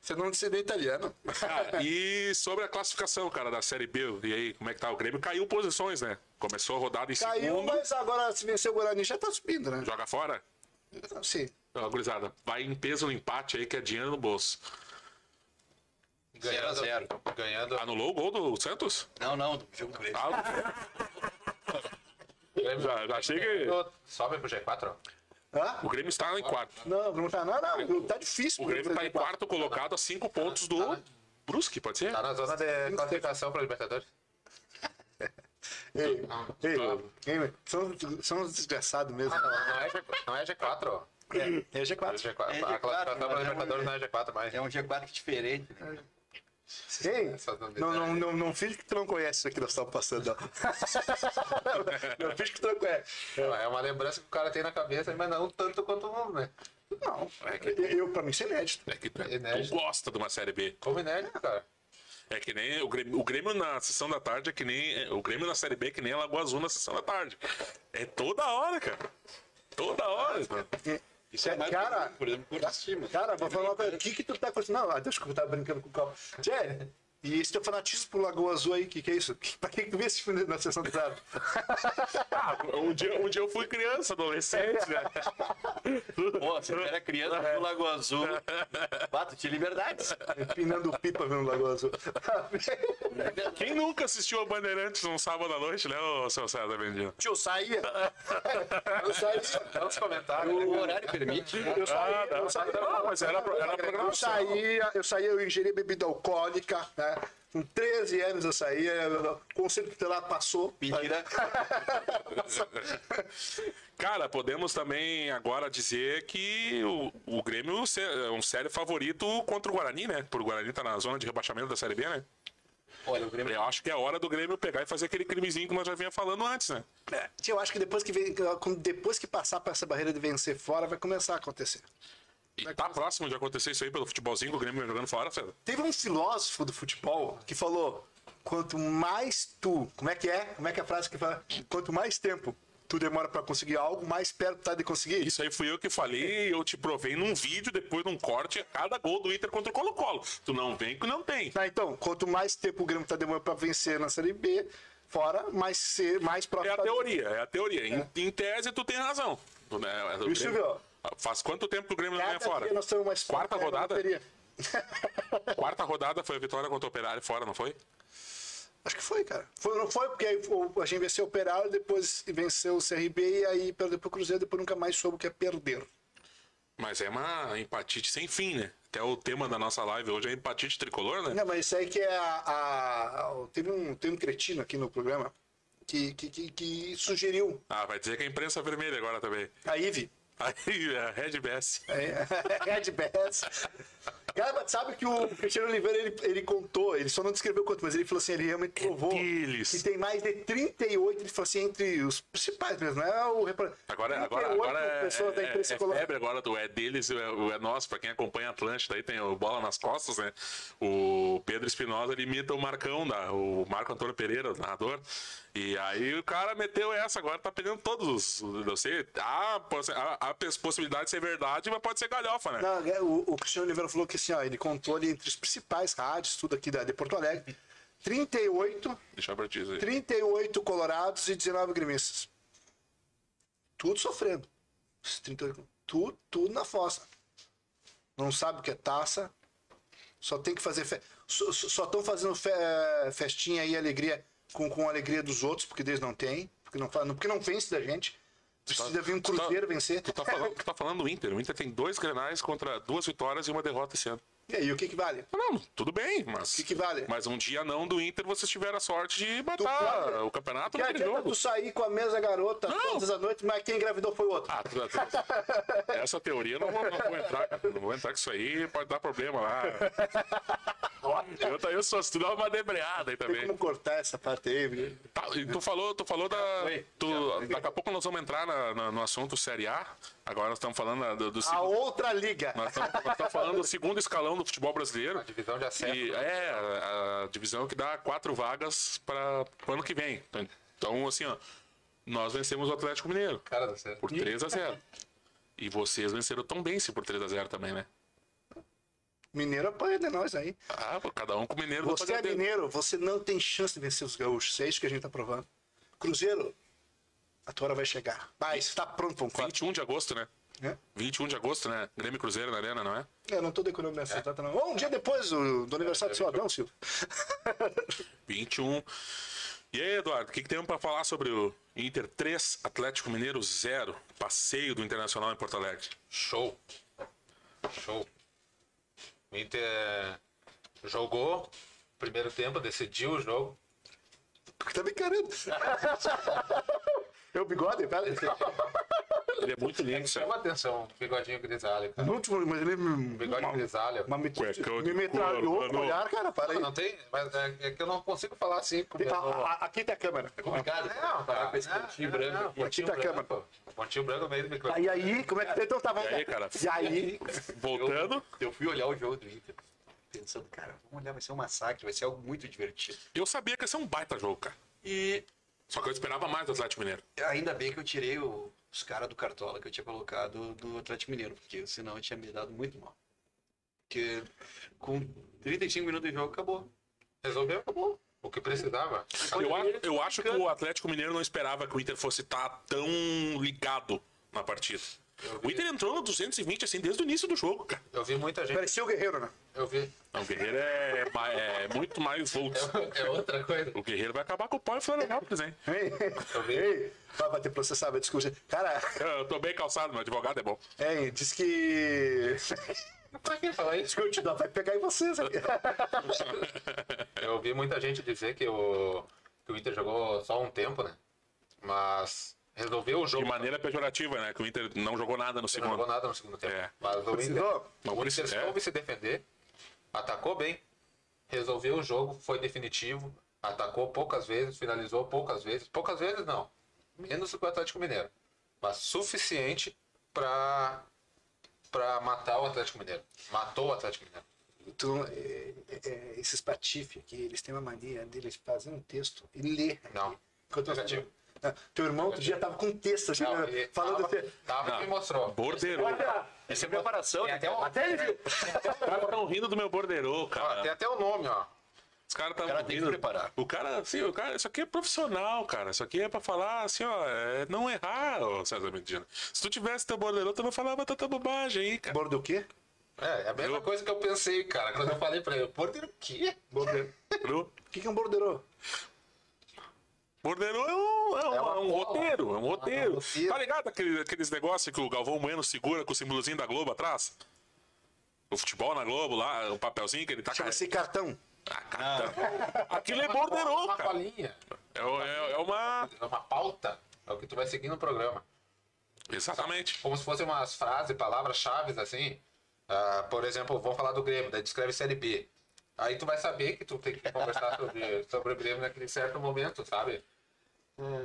Speaker 2: Você não decidiu italiano.
Speaker 1: Cara, e sobre a classificação, cara, da Série B, e aí, como é que tá o Grêmio? Caiu posições, né? Começou a rodada em
Speaker 2: Caiu,
Speaker 1: segundo,
Speaker 2: mas agora se vencer o Guarani já tá subindo, né?
Speaker 1: joga fora.
Speaker 2: Sim.
Speaker 1: Ó, gurizada, vai em peso no empate aí, que é dinheiro no bolso.
Speaker 3: Ganhando.
Speaker 4: Zero a
Speaker 3: Ganhando.
Speaker 1: Anulou o gol do Santos?
Speaker 4: Não, não, do jogo do Grêmio.
Speaker 1: Ah,
Speaker 3: Grêmio.
Speaker 1: já, já achei que
Speaker 3: Sobe pro G4, ó.
Speaker 2: Hã?
Speaker 1: o Grêmio está em quarto.
Speaker 2: Não, não tá, não, não, tá difícil.
Speaker 1: O Grêmio tá em quarto colocado a cinco pontos do Brusque, pode ser?
Speaker 3: Tá na zona de classificação pra Libertadores.
Speaker 2: Ei, ei, ei, são, são uns desgraçados mesmo.
Speaker 3: Não, não é, G, não é G4, ó.
Speaker 2: Ah, É, é G4.
Speaker 3: É G4.
Speaker 4: É
Speaker 3: a
Speaker 4: G4,
Speaker 3: classificação pra
Speaker 4: mas é um-
Speaker 3: Libertadores não é G4 mais.
Speaker 4: É um G4 diferente. né?
Speaker 2: Ei,
Speaker 3: Essas novidades.
Speaker 2: não, não, não, não finge que tu não conhece isso que nós estamos passando, (laughs) não. não, não finge que tu não conhece.
Speaker 4: um
Speaker 3: É uma lembrança que o cara tem na cabeça, mas não tanto quanto o mundo, né?
Speaker 2: Não, eu, pra mim isso é inédito.
Speaker 1: É que tu, tu
Speaker 3: Inédito.
Speaker 1: gosta de uma Série B.
Speaker 3: Como inédito, né, cara.
Speaker 1: É que nem o Grêmio, o Grêmio na sessão da tarde é que nem. é, O Grêmio na Série B é que nem a Lagoa Azul na sessão da tarde. É toda hora, cara. Toda hora. mano.
Speaker 4: Isso é mais
Speaker 2: Cara-
Speaker 4: por exemplo, por cima.
Speaker 2: Cara, vou falar uma coisa. O que que tu tá acontecendo? Não, ah, desculpa, eu tava brincando com o copo. Tchê, e esse teu fanatismo pro Lagoa Azul aí, que que é isso? (laughs) Que- Pra que que tu vê esse filme na sessão da tarde? (laughs)
Speaker 1: Ah, um dia, um dia eu fui criança, adolescente, né?
Speaker 4: Pô, você era criança no Lago Azul. Bato, tinha liberdades.
Speaker 2: Empinando pipa vendo Lagoa Azul. (laughs)
Speaker 1: Quem nunca assistiu a Bandeirantes num sábado à noite, né, ô seu César Bendino?
Speaker 2: Tio, eu saía. Eu saía.
Speaker 3: Tantos comentários, né,
Speaker 4: O
Speaker 3: cara?
Speaker 4: horário permite.
Speaker 2: Eu
Speaker 4: Ah,
Speaker 2: saía, eu saía.
Speaker 1: Não, mas era, pro- era
Speaker 2: Eu
Speaker 1: programação.
Speaker 2: saía, eu saía, eu ingeria bebida alcoólica, né? Com 13 anos eu saía, eu- o conselho tutelar passou.
Speaker 4: Mentira.
Speaker 1: Cara, podemos também agora dizer que o, o Grêmio se- é um sério favorito contra o Guarani, né? Por o Guarani tá na zona de rebaixamento da Série B, né?
Speaker 4: Olha, o Grêmio
Speaker 1: Eu acho que é hora do Grêmio pegar e fazer aquele crimezinho que nós já vinha falando antes, né?
Speaker 2: É, (laughs) Eu acho que depois que, vem, quando- depois que passar por essa barreira de vencer fora, vai começar a acontecer.
Speaker 1: E tá próximo de acontecer isso aí pelo futebolzinho que o Grêmio jogando fora, Fred.
Speaker 2: Teve um filósofo do futebol que falou: quanto mais tu. Como é que é? Como é que é a frase que fala? Quanto mais tempo tu demora pra conseguir algo, mais perto tá de conseguir.
Speaker 1: Isso aí fui eu que falei e eu te provei num vídeo, depois num corte, a cada gol do Inter contra o Colo-Colo. Tu não vem que não tem.
Speaker 2: Ah, então, quanto mais tempo o Grêmio tá demorando pra vencer na Série B, fora, mais, ser, mais
Speaker 1: É
Speaker 2: próximo.
Speaker 1: a
Speaker 2: tá-
Speaker 1: teoria, é a teoria. Em, em tese, tu tem razão. Tu, né, o Grêmio-
Speaker 2: Silvio?
Speaker 1: Faz quanto tempo que o Grêmio não
Speaker 2: Cada
Speaker 1: ganha né, fora?
Speaker 2: dia nós temos mais É
Speaker 1: Quarta
Speaker 2: perto da
Speaker 1: rodada?
Speaker 2: loteria.
Speaker 1: (laughs) Quarta rodada foi a vitória contra o Operário fora, não foi?
Speaker 2: Acho que foi, cara. Foi, não foi porque aí o- a gente venceu o Operário, depois venceu o CRB e aí perdeu pro Cruzeiro, depois nunca mais soube o que é perder.
Speaker 1: Mas é uma empatite sem fim, né? Até o tema da nossa live hoje é empatite tricolor, né?
Speaker 2: Não, mas isso aí que é a. a- a- teve, um, teve um cretino aqui no programa que, que, que- que sugeriu
Speaker 1: Ah, vai dizer que é imprensa vermelha agora também. (laughs)
Speaker 2: a Ive. (laughs)
Speaker 1: Aí, é Red Bass.
Speaker 2: é, Red Bass. Cara, mas sabe que o Cristiano Oliveira ele, ele contou, ele só não descreveu quanto, mas ele falou assim: ele realmente provou
Speaker 1: É deles.
Speaker 2: que tem mais de 38, ele falou assim, entre os principais mesmo, não é o repor-
Speaker 1: Agora, agora,
Speaker 2: 38
Speaker 1: agora é,
Speaker 2: pessoas da
Speaker 1: é,
Speaker 2: imprensa
Speaker 1: é
Speaker 2: colorada.
Speaker 1: febre agora do é deles, o é, o é nosso, pra quem acompanha a Atlântida, aí tem o Bola nas Costas, né? O Pedro Espinosa ele imita o Marcão, da, o Marco Antônio Pereira, o narrador. E aí o cara meteu essa, agora tá perdendo todos os. Não sei, há, possi- há- há pos- possibilidade de ser verdade, mas pode ser galhofa, né?
Speaker 2: Não, é, o, o Cristiano Oliveira falou que assim, ó, ele contou ali entre os principais rádios, tudo aqui da, de Porto Alegre, 38,
Speaker 1: Deixa eu pra ti isso aí.
Speaker 2: 38 colorados e 19 gremistas. Tudo sofrendo. Os 38, tudo, tudo na fossa. Não sabe o que é taça. Só tem que fazer fe... só- Só estão fazendo fe- eh, festinha e alegria com, com a alegria dos outros, porque eles não têm, porque não, fa- porque não vence da gente. Precisa vir um
Speaker 1: tu tá-
Speaker 2: Cruzeiro vencer.
Speaker 1: Tu tá falando, tu tá falando do Inter. O Inter tem dois grenais contra duas vitórias e uma derrota esse ano.
Speaker 2: (laughs) E aí, o que que vale?
Speaker 1: Não, tudo bem, mas.
Speaker 2: O que que vale?
Speaker 1: Mas um dia não do Inter vocês tiveram a sorte de
Speaker 2: Tu
Speaker 1: matar
Speaker 2: pode-
Speaker 1: o campeonato
Speaker 2: Que
Speaker 1: naquele
Speaker 2: adianta
Speaker 1: jogo.
Speaker 2: tu sair com a mesma garota
Speaker 1: Não.
Speaker 2: todas as noites, mas quem engravidou foi o outro.
Speaker 1: Ah, tu- tu- essa teoria eu não vou, não vou entrar, cara. Não vou entrar com isso aí, pode dar problema lá. Eu, eu só se tu dá uma debreada aí
Speaker 2: Tem
Speaker 1: também.
Speaker 2: como cortar essa parte aí, viu?
Speaker 1: Tá, e tu falou, tu falou da.
Speaker 4: foi,
Speaker 1: tu- daqui a pouco nós vamos entrar na- na- no assunto Série A. Agora nós estamos falando da- do, do
Speaker 2: A
Speaker 1: segundo.
Speaker 2: outra liga.
Speaker 1: Nós estamos nós estamos falando do segundo escalão do futebol brasileiro.
Speaker 3: A divisão de acesso.
Speaker 1: E é a, a divisão que dá quatro vagas para o ano que vem. Então, assim, ó, nós vencemos o Atlético Mineiro
Speaker 3: Cara do céu.
Speaker 1: por 3 a 0 E vocês venceram o Tom Bense por 3 a 0 também, né?
Speaker 2: Mineiro apanha de nós aí.
Speaker 1: Ah, pô, cada um com o Mineiro do
Speaker 2: Você é
Speaker 1: Pacaembu.
Speaker 2: mineiro, você não tem chance de vencer os gaúchos. É isso que a gente tá provando. Cruzeiro, a tua hora vai chegar. Vai, você tá pronto pra um quarto.
Speaker 1: 21 de agosto, né?
Speaker 2: né?
Speaker 1: 21 de agosto, né? Grêmio e Cruzeiro na Arena, não é?
Speaker 2: Eu não tô decorando nessa data, não. Ou um dia depois do, do aniversário do seu Adão, Silvio.
Speaker 1: 21. E aí, Eduardo, o que, que temos para falar sobre o Inter 3, Atlético Mineiro 0, passeio do Internacional em Porto Alegre?
Speaker 3: Show. Show. O Inter jogou primeiro tempo, decidiu o jogo.
Speaker 2: Porque tá
Speaker 1: (laughs)
Speaker 2: me encarando. Meu bigode, velho.
Speaker 1: Ele é muito lindo,
Speaker 3: Chama
Speaker 1: sério.
Speaker 3: atenção, o bigodinho grisalho, cara.
Speaker 2: No último, mas ele me,
Speaker 3: Bigode grisalho.
Speaker 2: uma me,
Speaker 1: Cuecão de
Speaker 2: me metralhou
Speaker 1: couro,
Speaker 2: com o olhar, cara. Para aí.
Speaker 3: Não tem, mas é é que eu não consigo falar assim. Como eu
Speaker 2: A-
Speaker 3: não-
Speaker 2: a- aqui tá a câmera.
Speaker 4: Complicado.
Speaker 3: Não, cara,
Speaker 4: Tá, com esse
Speaker 3: não,
Speaker 4: pontinho
Speaker 3: não,
Speaker 4: branco.
Speaker 3: não,
Speaker 2: Aqui
Speaker 3: Pontinho
Speaker 2: tá a
Speaker 3: branco,
Speaker 2: câmera.
Speaker 3: pô. Pontinho branco no meio do microfone.
Speaker 2: E aí, como é que então tá?
Speaker 1: E aí, cara?
Speaker 2: E aí,
Speaker 1: Voltando,
Speaker 4: Eu fui olhar o jogo do Inter, pensando, cara, vamos olhar, vai ser um massacre, vai ser algo muito divertido.
Speaker 1: eu sabia que ia ser um baita jogo, cara.
Speaker 4: E
Speaker 1: Só que eu esperava mais do Atlético Mineiro.
Speaker 4: ainda bem que eu tirei o- os caras do Cartola que eu tinha colocado do Atlético Mineiro, porque senão eu tinha me dado muito mal. Porque com 35 minutos de jogo acabou.
Speaker 3: Resolveu, acabou. O que precisava.
Speaker 1: Eu, a- eu acho que o Atlético Mineiro não esperava que o Inter fosse estar tão ligado na partida. O Inter entrou no 220 assim desde o início do jogo, cara.
Speaker 3: Eu vi muita gente.
Speaker 2: parecia o Guerreiro, né?
Speaker 3: Eu vi.
Speaker 1: Não, o Guerreiro é, ma- é muito mais volts.
Speaker 3: É outra coisa.
Speaker 1: O Guerreiro vai acabar com o pau em Florianópolis, hein?
Speaker 2: Ei, ei, vai bater processado, vai discutir. Cara,
Speaker 1: Eu tô bem calçado, meu advogado é bom.
Speaker 2: é, diz que. (laughs)
Speaker 3: Pra que falar isso?
Speaker 2: Discute, não, vai pegar em vocês
Speaker 3: (laughs)
Speaker 2: aqui.
Speaker 3: Eu ouvi muita gente dizer que o, que o Inter jogou só um tempo, né? Mas resolveu o
Speaker 1: De
Speaker 3: jogo.
Speaker 1: maneira pejorativa, né? Que o Inter não jogou nada no
Speaker 3: Ele Não jogou
Speaker 1: segundo.
Speaker 3: nada no segundo tempo.
Speaker 1: É.
Speaker 3: Mas o Inter,
Speaker 2: Precisou?
Speaker 1: Não
Speaker 3: o Inter
Speaker 1: precisa- é.
Speaker 3: soube se defender, atacou bem, resolveu o jogo, foi definitivo, atacou poucas vezes, finalizou poucas vezes. Poucas vezes não, menos do que o Atlético Mineiro. Mas suficiente pra, pra matar o Atlético Mineiro. Matou o Atlético Mineiro.
Speaker 2: Então, é, é, esses patife aqui, eles têm uma mania deles fazer um texto e ler.
Speaker 3: Não.
Speaker 2: Enquanto nós-
Speaker 3: Negativo.
Speaker 2: Ah, Teu irmão outro dia tava com um texto, assim,
Speaker 3: Não,
Speaker 2: né,
Speaker 3: ele
Speaker 2: falando.
Speaker 3: tava,
Speaker 2: assim,
Speaker 3: tava e me mostrou.
Speaker 1: Borderou.
Speaker 4: Isso é preparação,
Speaker 3: Tem
Speaker 4: né?
Speaker 3: até um-
Speaker 2: Até ele viu.
Speaker 1: Os caras tão rindo do meu borderou,
Speaker 3: Ó, tem
Speaker 1: cara.
Speaker 3: até o nome, ó.
Speaker 1: Os caras tão
Speaker 4: O cara tem que
Speaker 1: rindo.
Speaker 4: preparar.
Speaker 1: O cara, assim, o cara, isso aqui é profissional, cara. Isso aqui é pra falar, assim, ó, é não errar, ô César Medina. Se tu tivesse teu borderou, tu não falava tanta bobagem aí, cara.
Speaker 2: Bordo o quê?
Speaker 3: É, é a mesma coisa que eu pensei, cara, quando eu falei pra ele, porteiro o quê?
Speaker 2: Bordeiro.
Speaker 1: Borderou.
Speaker 2: O que, que é um borderô?
Speaker 1: Borderou é um, é um,
Speaker 3: É uma
Speaker 1: é um
Speaker 3: cola.
Speaker 1: roteiro, é um roteiro.
Speaker 3: roteiro.
Speaker 1: Tá ligado aquele, aqueles negócios que o Galvão Bueno segura com o símbolozinho da Globo atrás? O futebol na Globo lá, o papelzinho que ele tá
Speaker 2: Chama-se
Speaker 3: é.
Speaker 2: cartão.
Speaker 1: Ah, cara, tá. Aquilo é borderou,
Speaker 3: uma
Speaker 1: cara.
Speaker 3: colinha,
Speaker 1: É, o- é- é uma.
Speaker 3: é uma pauta, é o que tu vai seguir no programa.
Speaker 1: Exatamente.
Speaker 3: Como se fossem umas frases, palavras-chave, assim. Ah, por exemplo, vou falar do Grêmio, daí descreve Série B. Aí tu vai saber que tu tem que conversar sobre, sobre o Grêmio naquele certo momento, sabe?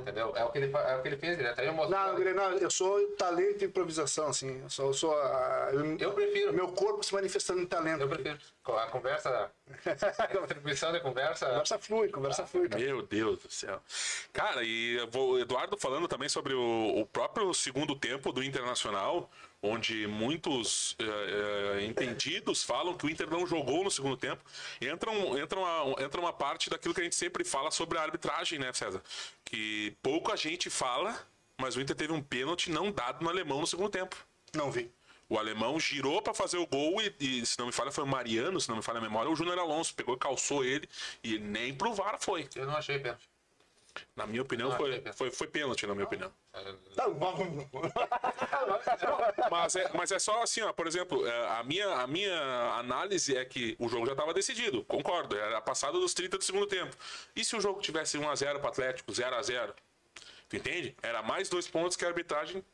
Speaker 3: Entendeu? É o que ele, fa- é o que ele fez, ele até me mostrou.
Speaker 2: Não, Grenal, eu sou talento e improvisação, assim. Eu sou. Eu, sou a- eu-
Speaker 3: Eu prefiro.
Speaker 2: Meu corpo se manifestando em talento.
Speaker 3: Eu prefiro. A conversa, a distribuição da conversa
Speaker 2: Conversa flui, conversa flui. cara.
Speaker 1: Meu Deus do céu. Cara, e eu vou- o Eduardo falando também sobre o, o próprio segundo tempo do Internacional, onde muitos eh, eh, entendidos falam que o Inter não jogou no segundo tempo. Entra, um, entra, uma, entra uma parte daquilo que a gente sempre fala sobre a arbitragem, né, César? Que pouca gente fala, mas o Inter teve um pênalti não dado no alemão no segundo tempo.
Speaker 2: Não vi.
Speaker 1: O alemão girou pra fazer o gol e, e, se não me falha, foi o Mariano, se não me falha a memória, o Júnior Alonso pegou e calçou ele e nem pro VAR foi.
Speaker 3: eu não achei pênalti.
Speaker 1: Na minha opinião,
Speaker 3: Ah,
Speaker 1: foi,
Speaker 3: achei que-
Speaker 1: foi, foi pênalti, na minha opinião.
Speaker 2: Tá bom.
Speaker 1: Mas é, mas é só assim, ó, por exemplo, é, a minha, a minha análise é que o jogo já estava decidido, concordo, era passado dos 30 do segundo tempo. E se o jogo tivesse 1x0 pro Atlético, 0x0? Tu entende? Era mais dois pontos que a arbitragem.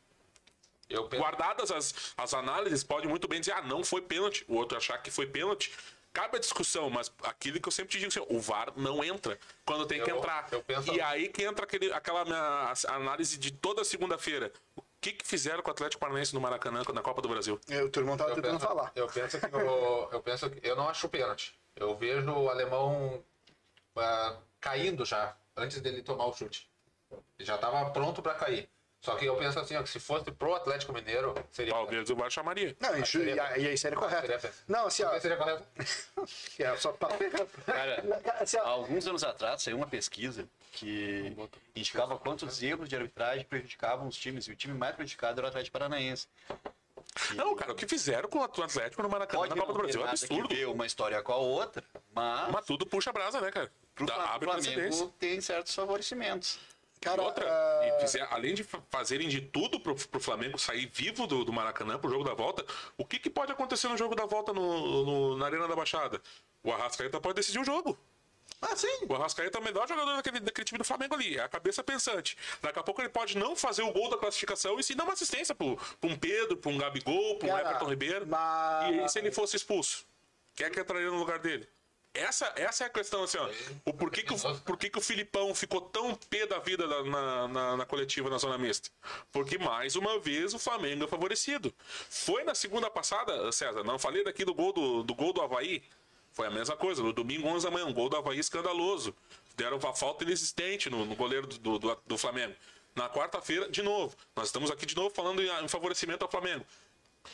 Speaker 3: Eu penso
Speaker 1: Guardadas as, as análises, pode muito bem dizer, ah, não foi pênalti, o outro achar que foi pênalti. Cabe a discussão, mas aquilo que eu sempre te digo, assim, o VAR não entra quando tem que
Speaker 3: Eu-
Speaker 1: entrar.
Speaker 3: eu penso-
Speaker 4: assim.
Speaker 1: e aí que entra aquele, aquela minha análise de toda segunda-feira. O que, que fizeram com o Atlético Paranaense no Maracanã na Copa do Brasil?
Speaker 2: É, O teu irmão tava
Speaker 3: eu
Speaker 2: tentando
Speaker 3: penso,
Speaker 2: falar.
Speaker 3: Eu penso que o- eu penso que eu não acho pênalti. Eu vejo o alemão ah, caindo já antes dele tomar o chute. Ele já estava pronto para cair. Só que eu penso assim, ó, que se fosse pro Atlético Mineiro, seria
Speaker 1: Talvez o VAR chamaria.
Speaker 2: Não, e,
Speaker 3: seria
Speaker 2: e a, e a série
Speaker 3: seria
Speaker 2: correta.
Speaker 3: bem.
Speaker 2: Não, assim, ó,
Speaker 3: Talvez seria correto.
Speaker 2: é só pra...
Speaker 4: Cara,
Speaker 2: Cara, (laughs) assim,
Speaker 4: Há
Speaker 2: ó,
Speaker 4: alguns anos atrás saiu uma pesquisa que indicava quantos erros de arbitragem prejudicavam os times. E o time mais prejudicado era o Atlético Paranaense.
Speaker 1: Não, cara, o que fizeram com o Atlético no Maracanã
Speaker 4: Ah, Pode
Speaker 1: na
Speaker 4: não
Speaker 1: Copa do
Speaker 4: ter
Speaker 1: Brasil é
Speaker 4: nada que
Speaker 1: absurdo.
Speaker 4: ver uma história com a outra, mas
Speaker 1: Mas tudo puxa a brasa, né, cara?
Speaker 4: pro
Speaker 1: Dá-
Speaker 4: Fla-
Speaker 1: abre precedência.
Speaker 4: Flamengo tem certos favorecimentos.
Speaker 1: E
Speaker 2: cara,
Speaker 1: outra,
Speaker 2: ah,
Speaker 1: e fizer- além de fa- fazerem de tudo pro, pro Flamengo sair vivo do, do Maracanã pro jogo da volta, o que, que pode acontecer no jogo da volta no, no- na Arena da Baixada? O Arrascaeta pode decidir o jogo.
Speaker 2: Ah, sim.
Speaker 1: O Arrascaeta é o melhor jogador daquele, daquele time do Flamengo ali, é a cabeça pensante. Daqui a pouco ele pode não fazer o gol da classificação e sim dar uma assistência pro, pra um Pedro, pra um Gabigol, pra um
Speaker 2: Cara,
Speaker 1: Everton Ribeiro.
Speaker 2: mas-
Speaker 1: E aí, se ele fosse expulso, quem é que entraria no lugar dele? Essa, essa é a questão, assim, ó. O porquê que, o- por que que o Filipão ficou tão pé da vida da- na, na, na coletiva na zona mista? Porque, mais uma vez, o Flamengo é favorecido. Foi na segunda passada, César, não falei daqui do gol do, do gol do Havaí? Foi a mesma coisa, no domingo 11 da manhã, um gol do Havaí escandaloso. Deram uma falta inexistente no, no goleiro do, do, do Flamengo. Na quarta-feira, de novo. Nós estamos aqui de novo falando em, em favorecimento ao Flamengo.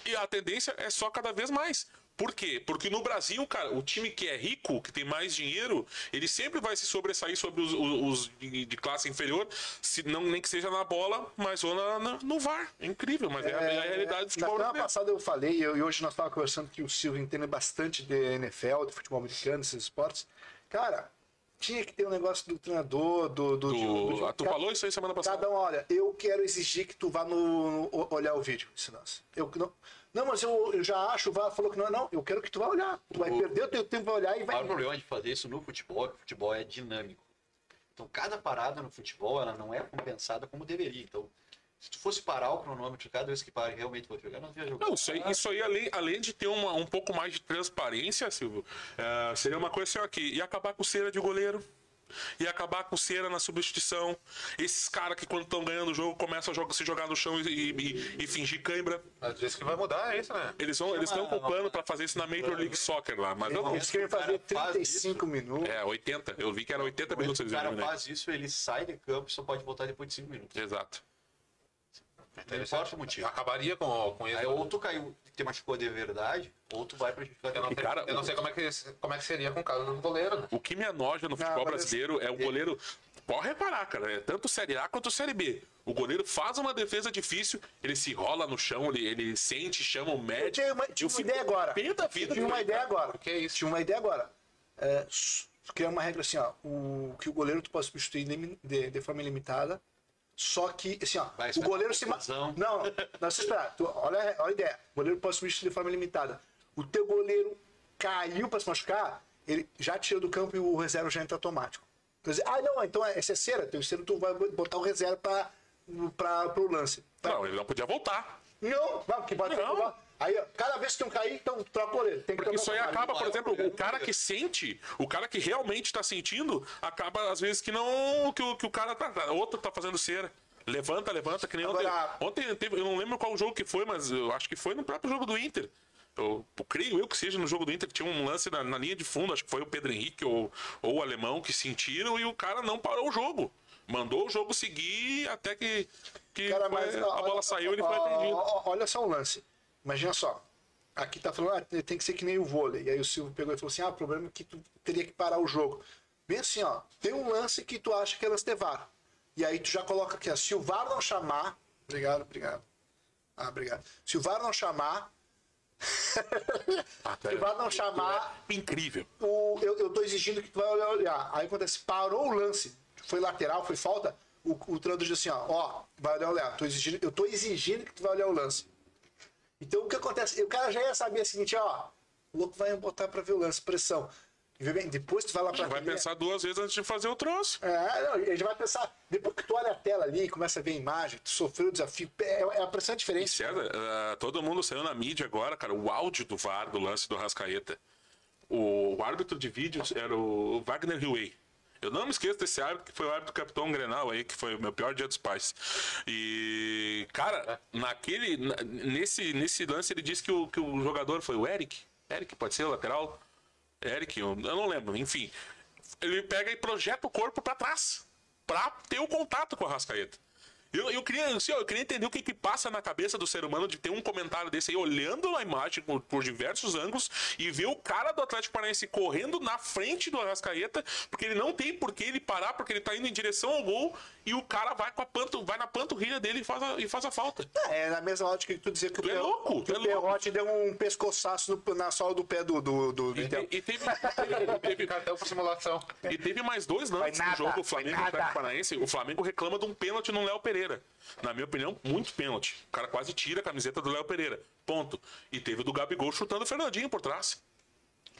Speaker 1: E a tendência é só cada vez mais. Por quê? Porque no Brasil, cara, o time que é rico, que tem mais dinheiro, ele sempre vai se sobressair sobre os, os- os de de classe inferior, se não nem que seja na bola, mas ou na, na- no VAR. É incrível, mas é, a- é a realidade do futebol
Speaker 2: Na semana
Speaker 1: brasileiro.
Speaker 2: passada eu falei, eu- e hoje nós estávamos conversando que o Silvio entende bastante de NFL, de futebol americano, esses esportes. Cara, tinha que ter um negócio do treinador, do. do, um-
Speaker 1: Do-
Speaker 2: do- do-
Speaker 1: ah, tu
Speaker 2: ca-
Speaker 1: falou isso aí semana passada.
Speaker 2: Cada um, olha, eu quero exigir que tu vá no, no- o- olhar o vídeo, disse nós. Eu que não. Não, mas eu, eu já acho, o VAR falou que não é, não. Eu quero que tu vá olhar. Tu vai perder o teu tempo, vai olhar e
Speaker 4: O maior
Speaker 2: vai.
Speaker 4: problema de fazer isso no futebol é que o futebol é dinâmico. Então, cada parada no futebol, ela não é compensada como deveria. Então, se tu fosse parar o cronômetro cada vez que pare, realmente vou jogar, não ia jogar.
Speaker 1: Não, isso aí, isso aí, além, além de ter uma- um pouco mais de transparência, Silvio, eh, seria uma coisa assim, ó, que ia acabar com cera de goleiro, ia acabar com cera na substituição, esses caras que quando estão ganhando o jogo começam a jogar- se jogar no chão e, e- e fingir cãibra.
Speaker 3: Mas diz que vai mudar, é isso, né?
Speaker 1: Eles vão, eles estão
Speaker 4: uma-
Speaker 1: com plano pra fazer isso na Major League Soccer lá, mas eu não.
Speaker 2: Eles querem fazer
Speaker 4: O cara faz
Speaker 2: 35 minutos.
Speaker 1: É, 80, eu vi que era 80 minutos
Speaker 4: o
Speaker 1: eles
Speaker 4: cara
Speaker 1: iam né?
Speaker 4: faz isso, ele sai de campo e só pode voltar depois de 5 minutos.
Speaker 1: Exato.
Speaker 4: Não importa o motivo.
Speaker 3: Acabaria com, com isso.
Speaker 4: Aí ou tu caiu, te machucou de verdade, ou tu vai prejudicar
Speaker 3: Eu não,
Speaker 4: teu
Speaker 3: sei,
Speaker 1: cara,
Speaker 3: eu não sei como é que, como é que seria com o caso do goleiro, né?
Speaker 1: O que me anoja no futebol
Speaker 2: Ah, mas-
Speaker 1: brasileiro é o goleiro. Pode reparar, cara, é tanto Série A quanto Série B. O goleiro faz uma defesa difícil, ele se rola no chão, ele, ele sente, chama o
Speaker 2: Eu
Speaker 1: médico.
Speaker 2: tinha uma, tinha uma ideia agora.
Speaker 1: Pé da vida,
Speaker 2: Tinha uma
Speaker 1: cara.
Speaker 2: ideia agora.
Speaker 3: Que é isso?
Speaker 2: Tinha uma ideia agora. É, s- criar uma regra assim, ó. O, que o goleiro tu pode substituir limi- de, de forma ilimitada. Só que, assim, ó.
Speaker 4: Vai, isso
Speaker 2: o
Speaker 4: vai
Speaker 2: goleiro
Speaker 4: dar
Speaker 2: se. ma-
Speaker 4: confusão.
Speaker 2: Não, não, você espera. Tu, olha, olha a ideia. O goleiro pode substituir de forma ilimitada. O teu goleiro caiu pra se machucar, ele já tirou do campo e o reserva já entra automático. Quer dizer, ah, não, então essa é cera. Teu cera tu vai botar o reserva pra, pra, pro lance. Vai
Speaker 1: Não, ele não podia voltar.
Speaker 2: não, vamos que bota
Speaker 1: Não.
Speaker 2: que bota. Aí, ó, cada vez que um cair, então troca o goleiro. Tem que
Speaker 1: Porque
Speaker 2: trocar
Speaker 1: isso aí
Speaker 2: o goleiro.
Speaker 1: acaba, por exemplo,
Speaker 2: né?
Speaker 1: o cara que sente, o cara que realmente tá sentindo, acaba às vezes que não. que o, que o cara tá. tá- Outro tá fazendo cera. Levanta, levanta, que nem
Speaker 2: Agora-
Speaker 1: ontem. Ontem teve- eu não lembro qual jogo que foi, mas eu acho que foi no próprio jogo do Inter. Eu eu creio eu que seja no jogo do Inter, que tinha um lance na, na linha de fundo, acho que foi o Pedro Henrique ou, ou o alemão que sentiram e o cara não parou o jogo. Mandou o jogo seguir até que, que
Speaker 2: Cara,
Speaker 1: foi-
Speaker 2: mas, tá
Speaker 1: a
Speaker 2: ó,
Speaker 1: bola
Speaker 2: olha-
Speaker 1: saiu e ele
Speaker 2: ó,
Speaker 1: foi atendido.
Speaker 2: ó, ó, Olha só o lance. Imagina só. Aqui tá falando, ah, tem que ser que nem o vôlei. E aí o Silvio pegou e falou assim: ah, o problema é que tu teria que parar o jogo. Bem assim, ó. Tem um lance que tu acha que é lance de VAR. E aí tu já coloca aqui, ó. Se o VAR não chamar. (laughs) Obrigado, obrigado. Ah, obrigado. Se o VAR não chamar, Tu vai não chamar.
Speaker 1: Incrível.
Speaker 2: O, eu, eu tô exigindo que tu vai olhar- olhar. Aí acontece, parou o lance, foi lateral, foi falta. O, o treinador diz assim, ó, ó, vai olhar o lance. Tô exigindo, eu tô exigindo que tu vai olhar o lance. Então o que acontece? O cara já ia saber o seguinte, ó, o louco vai botar pra ver o lance, pressão. E vê bem, Depois tu vai lá pra
Speaker 1: Vai
Speaker 2: ver.
Speaker 1: pensar duas vezes antes de fazer o troço.
Speaker 2: É, não, ele vai pensar. Depois que tu olha a tela ali, começa a ver a imagem, tu sofreu o desafio, é, é a pressão é diferente.
Speaker 1: Certo? Ah, todo mundo saiu na mídia agora, cara, o áudio do VAR do lance do Rascaeta. O, o árbitro de vídeos era o Wagner Huey. Eu não me esqueço desse árbitro, que foi o árbitro Capitão Grenal aí, que foi o meu pior dia dos pais. E, cara, naquele, na- nesse, nesse lance ele disse que o, que o jogador foi o Eric. Eric, pode ser o lateral? Eric, eu, eu não lembro, enfim. Ele pega e projeta o corpo pra trás, pra ter o contato com a Rascaeta. Eu, eu, queria, assim, ó, eu queria entender o que, que passa na cabeça do ser humano de ter um comentário desse aí, olhando a imagem por, por diversos ângulos e ver o cara do Atlético Paranaense correndo na frente do Arrascaeta, porque ele não tem por que ele parar, porque ele tá indo em direção ao gol e o cara vai, com a panto, vai na panturrilha dele e faz a, e faz a falta.
Speaker 2: É, na mesma ótica que tu dizer que o,
Speaker 1: Tu é
Speaker 2: Pe-
Speaker 1: louco,
Speaker 2: que
Speaker 1: tu é
Speaker 2: o Perrotti deu um pescoçaço no- na sola do pé do, do, do, do
Speaker 1: E,
Speaker 2: Inter.
Speaker 1: te- e teve, teve- teve-
Speaker 3: Cartão pra simulação.
Speaker 1: E teve mais dois lances
Speaker 2: Foi nada,
Speaker 1: no jogo
Speaker 2: foi
Speaker 1: Flamengo e
Speaker 2: nada.
Speaker 1: Atlético Paranaense. O Flamengo reclama de um pênalti no Léo Pereira. Na minha opinião, muito pênalti. O cara quase tira a camiseta do Léo Pereira. Ponto. E teve o do Gabigol chutando o Fernandinho por trás.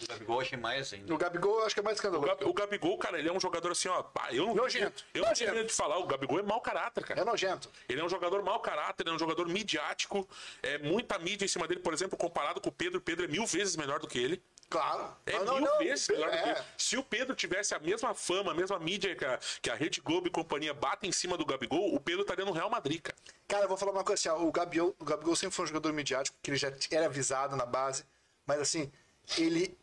Speaker 4: O Gabigol achei mais ainda.
Speaker 2: No Gabigol, eu acho que é mais
Speaker 1: O,
Speaker 2: escandaloso.
Speaker 1: Gab- o Gabigol, cara, ele é um jogador assim, ó. pá, Eu não,
Speaker 2: Nojento.
Speaker 1: eu não
Speaker 2: Nojento.
Speaker 1: tenho medo de falar. O Gabigol é mau caráter, cara.
Speaker 2: É nojento.
Speaker 1: Ele é um jogador mau caráter, ele é um jogador midiático. É muita mídia em cima dele, por exemplo, comparado com o Pedro. O Pedro é mil vezes melhor do que ele.
Speaker 2: Claro.
Speaker 1: É
Speaker 2: Mas
Speaker 1: mil vezes melhor do que
Speaker 2: é.
Speaker 1: ele. Se o Pedro tivesse a mesma fama, a mesma mídia que a, que a Rede Globo e companhia batem em cima do Gabigol, o Pedro estaria no Real Madrid, cara.
Speaker 2: Cara, eu vou falar uma coisa assim, ó, o Gabigol, o Gabigol sempre foi um jogador midiático, que ele já era avisado na base, mas assim, ele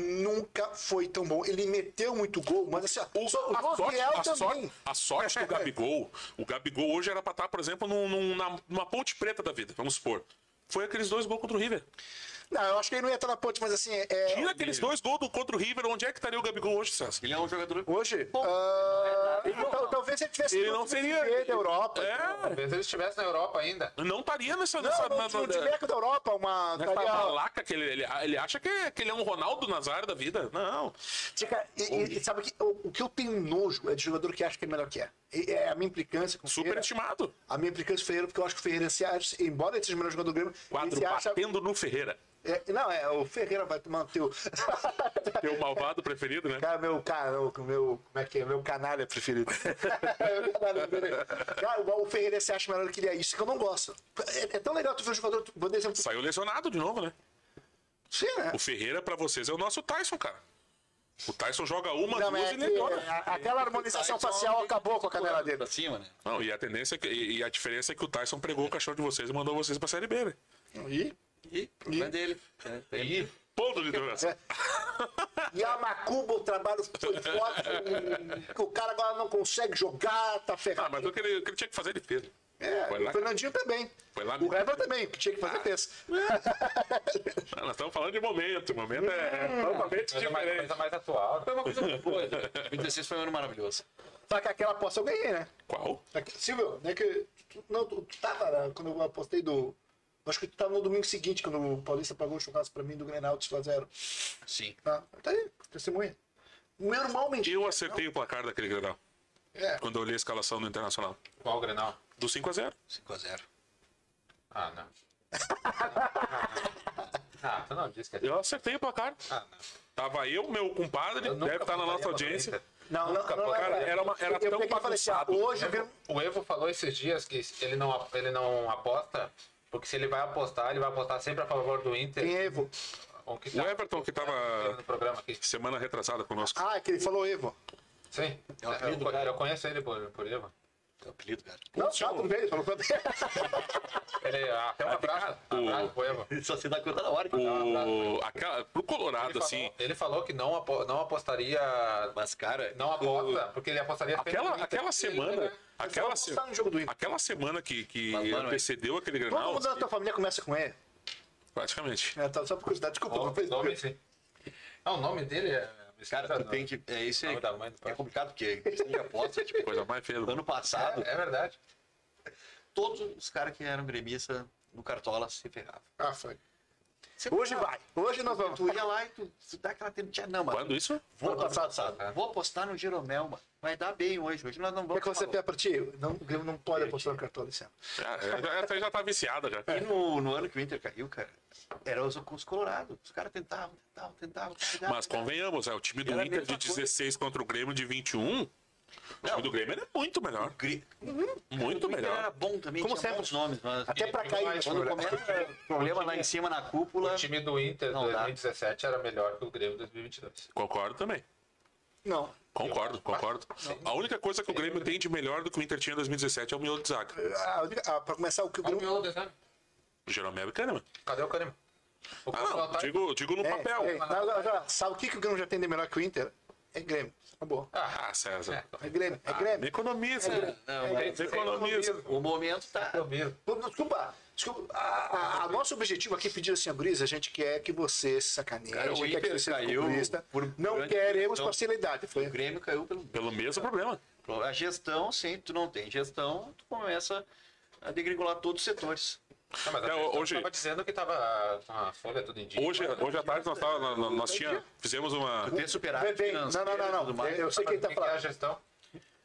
Speaker 2: nunca foi tão bom. Ele meteu muito gol, mas assim, ó, só- o
Speaker 1: a,
Speaker 2: gol
Speaker 1: sorte,
Speaker 2: real
Speaker 1: a,
Speaker 2: também.
Speaker 1: sorte, a sorte do Gabigol, o Gabigol hoje era pra estar, por exemplo, num- num- na- numa ponte preta da vida, vamos supor. Foi aqueles dois gols contra o River.
Speaker 2: Não, eu acho que ele não ia estar na ponte, mas assim, é,
Speaker 1: Tira aqueles dois gols do, contra o River, onde é que estaria o Gabigol hoje, César?
Speaker 4: Ele é um jogador.
Speaker 2: hoje,
Speaker 4: Bom,
Speaker 2: ah,
Speaker 4: não é nada.
Speaker 2: tal- talvez ele tivesse
Speaker 1: Ele
Speaker 2: no
Speaker 1: não
Speaker 2: time
Speaker 1: seria-
Speaker 2: B da Europa.
Speaker 1: É,
Speaker 3: Talvez ele estivesse na Europa ainda.
Speaker 1: não estaria nessa...
Speaker 2: Não,
Speaker 1: nessa,
Speaker 2: não,
Speaker 1: nessa-
Speaker 2: no Timeco da Europa, uma.
Speaker 1: nessa
Speaker 2: estaria-
Speaker 1: balaca que ele, ele, ele acha que, é- que ele é um Ronaldo Nazário da vida. Não.
Speaker 2: Tica, e- e, e sabe que o, o que eu tenho nojo é de jogador que acha que é melhor que é. E- é a minha implicância com o Ferreira.
Speaker 1: Superestimado.
Speaker 2: A minha implicância com o Ferreira, porque eu acho que o Ferreira se acha, embora ele seja o melhor jogador do Grêmio, ele
Speaker 1: Quadro
Speaker 2: se acha.
Speaker 1: batendo no Ferreira.
Speaker 2: É, não, é, o Ferreira vai tomar o teu.
Speaker 1: Teu malvado preferido, né?
Speaker 2: (laughs) Cara, meu, cara, meu, meu, como é que é? Meu
Speaker 1: (laughs)
Speaker 2: canalha preferido. Meu canalha preferido. Cara, o Ferreira se acha melhor que ele é isso, que eu não gosto. É, é tão legal tu ver um jogador, tu- vou dar exemplo,
Speaker 1: Saiu lesionado de novo, né?
Speaker 2: sim, né?
Speaker 1: O Ferreira, pra vocês, é o nosso Tyson, cara. O Tyson joga uma,
Speaker 2: Não,
Speaker 1: duas
Speaker 2: mas
Speaker 1: e
Speaker 2: é que,
Speaker 1: melhora.
Speaker 2: a-
Speaker 1: tá
Speaker 2: aquela harmonização facial acabou com a canela dele.
Speaker 4: Pra cima, né?
Speaker 1: Não, e a tendência é que, e e a diferença é que o Tyson pregou o cachorro de vocês e mandou vocês pra Série B, né?
Speaker 2: E?
Speaker 4: E problema dele. É, ele-
Speaker 1: Ponto de duração.
Speaker 2: É. E a Macuba, o
Speaker 1: (laughs)
Speaker 2: trabalho foi forte. o- O cara agora não consegue jogar, tá
Speaker 1: Ah,
Speaker 2: ferrado.
Speaker 1: mas o que ele, o que ele tinha que fazer, ele fez.
Speaker 2: É,
Speaker 1: Ah, Foi lá.
Speaker 2: o Fernandinho também.
Speaker 1: Foi lá
Speaker 2: o
Speaker 1: mesmo.
Speaker 2: Hever também, que tinha que fazer peso.
Speaker 1: Ah, nós estamos falando de momento. O momento é totalmente
Speaker 3: Coisa mais,
Speaker 1: diferente.
Speaker 3: coisa mais atual.
Speaker 4: Foi uma coisa muito boa. 2016 foi um ano maravilhoso.
Speaker 2: Só que aquela aposta eu ganhei, né?
Speaker 3: é-
Speaker 1: Qual?
Speaker 2: Aqui, Silvio, né? Que, tu- não, tu, tu tava né, quando eu apostei do. Acho que tu tava no domingo seguinte, quando o Paulista pagou o churrasco pra mim do Grenal 2x0.
Speaker 4: Sim.
Speaker 2: Tá? tá aí, testemunha. O meu irmão mentiu.
Speaker 1: Eu acertei o placar daquele Grenal.
Speaker 2: É.
Speaker 1: Quando eu li a escalação do Internacional.
Speaker 3: Qual o Grenal?
Speaker 1: Do 5x0.
Speaker 4: 5x0.
Speaker 3: Ah, não. Ah, tu não disse que é.
Speaker 1: Eu acertei o placar.
Speaker 3: Ah, não.
Speaker 1: Tava eu, meu compadre,
Speaker 3: Eu nunca
Speaker 1: deve estar na
Speaker 3: votaria
Speaker 1: nossa
Speaker 3: no
Speaker 1: audiência.
Speaker 3: Corinthians.
Speaker 2: Não, não,
Speaker 3: Nunca,
Speaker 2: não,
Speaker 1: cara, era uma- era
Speaker 2: eu peguei
Speaker 1: tão
Speaker 2: e falei assim, ah,
Speaker 1: bagunçado.
Speaker 2: hoje vira-
Speaker 3: O Evo falou esses dias que ele não, ele não aposta, porque se ele vai apostar, ele vai apostar sempre a favor do
Speaker 1: É.
Speaker 3: Inter.
Speaker 2: Tem Evo.
Speaker 3: O, que
Speaker 1: O
Speaker 3: tá-
Speaker 1: Everton que
Speaker 3: no
Speaker 1: tava
Speaker 3: programa aqui.
Speaker 1: semana retrasada conosco.
Speaker 2: Ah, é que ele falou Evo.
Speaker 3: Sim.
Speaker 4: É
Speaker 2: um
Speaker 4: o apelido do
Speaker 3: eu,
Speaker 4: cara.
Speaker 3: eu conheço ele por, por Evo.
Speaker 4: É o apelido, cara. (laughs)
Speaker 2: Não, tá, tudo bem, ele falou (laughs) pra
Speaker 3: Ele até um
Speaker 1: Ah,
Speaker 3: abraço. Um abraço pro Evo.
Speaker 4: Ele só se dá conta na hora. cara.
Speaker 1: O, aquela, pro
Speaker 3: Ele
Speaker 1: Colorado,
Speaker 3: falou,
Speaker 1: assim,
Speaker 3: ele falou que não, apo- não apostaria.
Speaker 4: Mas, cara,
Speaker 3: Não aposta, porque ele apostaria sempre no
Speaker 1: aquela,
Speaker 3: Inter.
Speaker 1: aquela
Speaker 3: é
Speaker 1: semana. Aquela, se-
Speaker 2: apostar tá no jogo do Inter.
Speaker 1: aquela semana que, que
Speaker 4: Mas, mano,
Speaker 1: antecedeu aquele
Speaker 2: Todo
Speaker 1: Grenal, assim,
Speaker 2: mundo da tua família começa com E.
Speaker 1: praticamente.
Speaker 2: É, tá, só por curiosidade, desculpa.
Speaker 3: O
Speaker 2: não fez-
Speaker 3: nome, sim. Ah, o nome dele é.
Speaker 4: cara, tu tem que. É isso aí.
Speaker 3: Nome da mãe do pai.
Speaker 4: É complicado, porque questão de aposta, tipo,
Speaker 1: Coisa mais feia. do mundo.
Speaker 4: ano passado,
Speaker 3: É verdade.
Speaker 4: todos os caras que eram gremista no Cartola se ferravam.
Speaker 2: Ah, foi.
Speaker 4: Você
Speaker 2: Hoje
Speaker 4: fala,
Speaker 2: vai. Hoje nós vamos.
Speaker 4: Tu ia lá e tu, tu dá aquela tentinha. Não, mano.
Speaker 1: Quando isso?
Speaker 4: Vou,
Speaker 2: Ano passado.
Speaker 4: passado. vou apostar no Jeromel, mano. Vai dar bem hoje. Hoje nós não
Speaker 2: O que, é
Speaker 4: vamos.
Speaker 2: que você
Speaker 4: falar.
Speaker 2: quer pra ti? Não, o Grêmio não pode apostar no cartão desse ano.
Speaker 1: Já, já, já tá viciada já.
Speaker 4: E no, no ano que o Inter caiu, cara, era os, os Colorados. Os caras tentavam, tentavam, tentavam. tentavam,
Speaker 1: Mas convenhamos, é, o time do
Speaker 4: Era a
Speaker 1: Inter de
Speaker 4: mesma coisa.
Speaker 1: 16 contra o Grêmio de 21. O time do Grêmio era muito melhor.
Speaker 4: Gri-
Speaker 1: Muito
Speaker 4: O Inter é Era
Speaker 1: melhor.
Speaker 4: bom também,
Speaker 2: Como
Speaker 4: tinha
Speaker 2: sempre.
Speaker 4: bons nomes, mas
Speaker 2: Até pra
Speaker 3: e
Speaker 2: cair.
Speaker 3: mais,
Speaker 2: tipo,
Speaker 4: quando
Speaker 2: né?
Speaker 4: começa problema lá em cima na cúpula,
Speaker 3: O time do Inter
Speaker 4: Não dá.
Speaker 3: 2017 era melhor que o Grêmio 2022.
Speaker 1: Concordo também.
Speaker 2: Não.
Speaker 1: Concordo, concordo. A única coisa que o Grêmio tem de melhor do que o Inter tinha em 2017 é o miolo de zaga.
Speaker 2: A única- ah, pra começar, o que o
Speaker 3: Cadê o
Speaker 2: Grêmio.
Speaker 3: meu desenho?
Speaker 1: O Jeromel e Kahneman.
Speaker 3: Cadê o Kahneman? O
Speaker 1: Ah,
Speaker 3: Kahneman
Speaker 1: não,
Speaker 3: tá-
Speaker 1: digo, digo no
Speaker 2: É,
Speaker 1: papel.
Speaker 2: é, não, agora, agora, sabe o que, que o Grêmio já tem de melhor que o Inter? É Grêmio. Tá bom.
Speaker 1: Ah, César.
Speaker 2: É Grêmio.
Speaker 4: Ah,
Speaker 2: É
Speaker 1: Me
Speaker 2: Grêmio.
Speaker 1: economiza. né?
Speaker 4: não,
Speaker 2: É
Speaker 1: Me
Speaker 4: mas
Speaker 3: né?
Speaker 1: economiza.
Speaker 4: o momento tá.
Speaker 3: Eu mesmo.
Speaker 2: Não, Desculpa. Desculpa. A, a- a nosso objetivo aqui é pedir assim, Guriz, a gente quer que você se sacaneie,
Speaker 4: Cara,
Speaker 2: a
Speaker 4: o
Speaker 2: gente quer que
Speaker 4: Inter
Speaker 2: você seja
Speaker 4: caiu
Speaker 2: comunista.
Speaker 4: por
Speaker 2: Não
Speaker 4: grande
Speaker 2: queremos
Speaker 4: questão.
Speaker 2: parcialidade. Foi
Speaker 4: O Grêmio caiu pelo.
Speaker 1: Pelo mesmo problema.
Speaker 4: A gestão, sim, tu não tem gestão, tu começa a degringolar todos os setores. É,
Speaker 3: Não, mas a
Speaker 1: Não,
Speaker 3: pessoa
Speaker 1: hoje-
Speaker 3: tava dizendo que tava a, a folha tudo em dia.
Speaker 1: Hoje, hoje à tarde nós, tava, nós, nós tinha, fizemos uma.
Speaker 4: Ter superávit.
Speaker 2: Bem, não, não, não, não.
Speaker 4: tudo mais.
Speaker 2: Eu sei
Speaker 3: Mas
Speaker 2: quem
Speaker 3: o
Speaker 2: tá
Speaker 3: que que é a
Speaker 2: falando.
Speaker 3: gestão?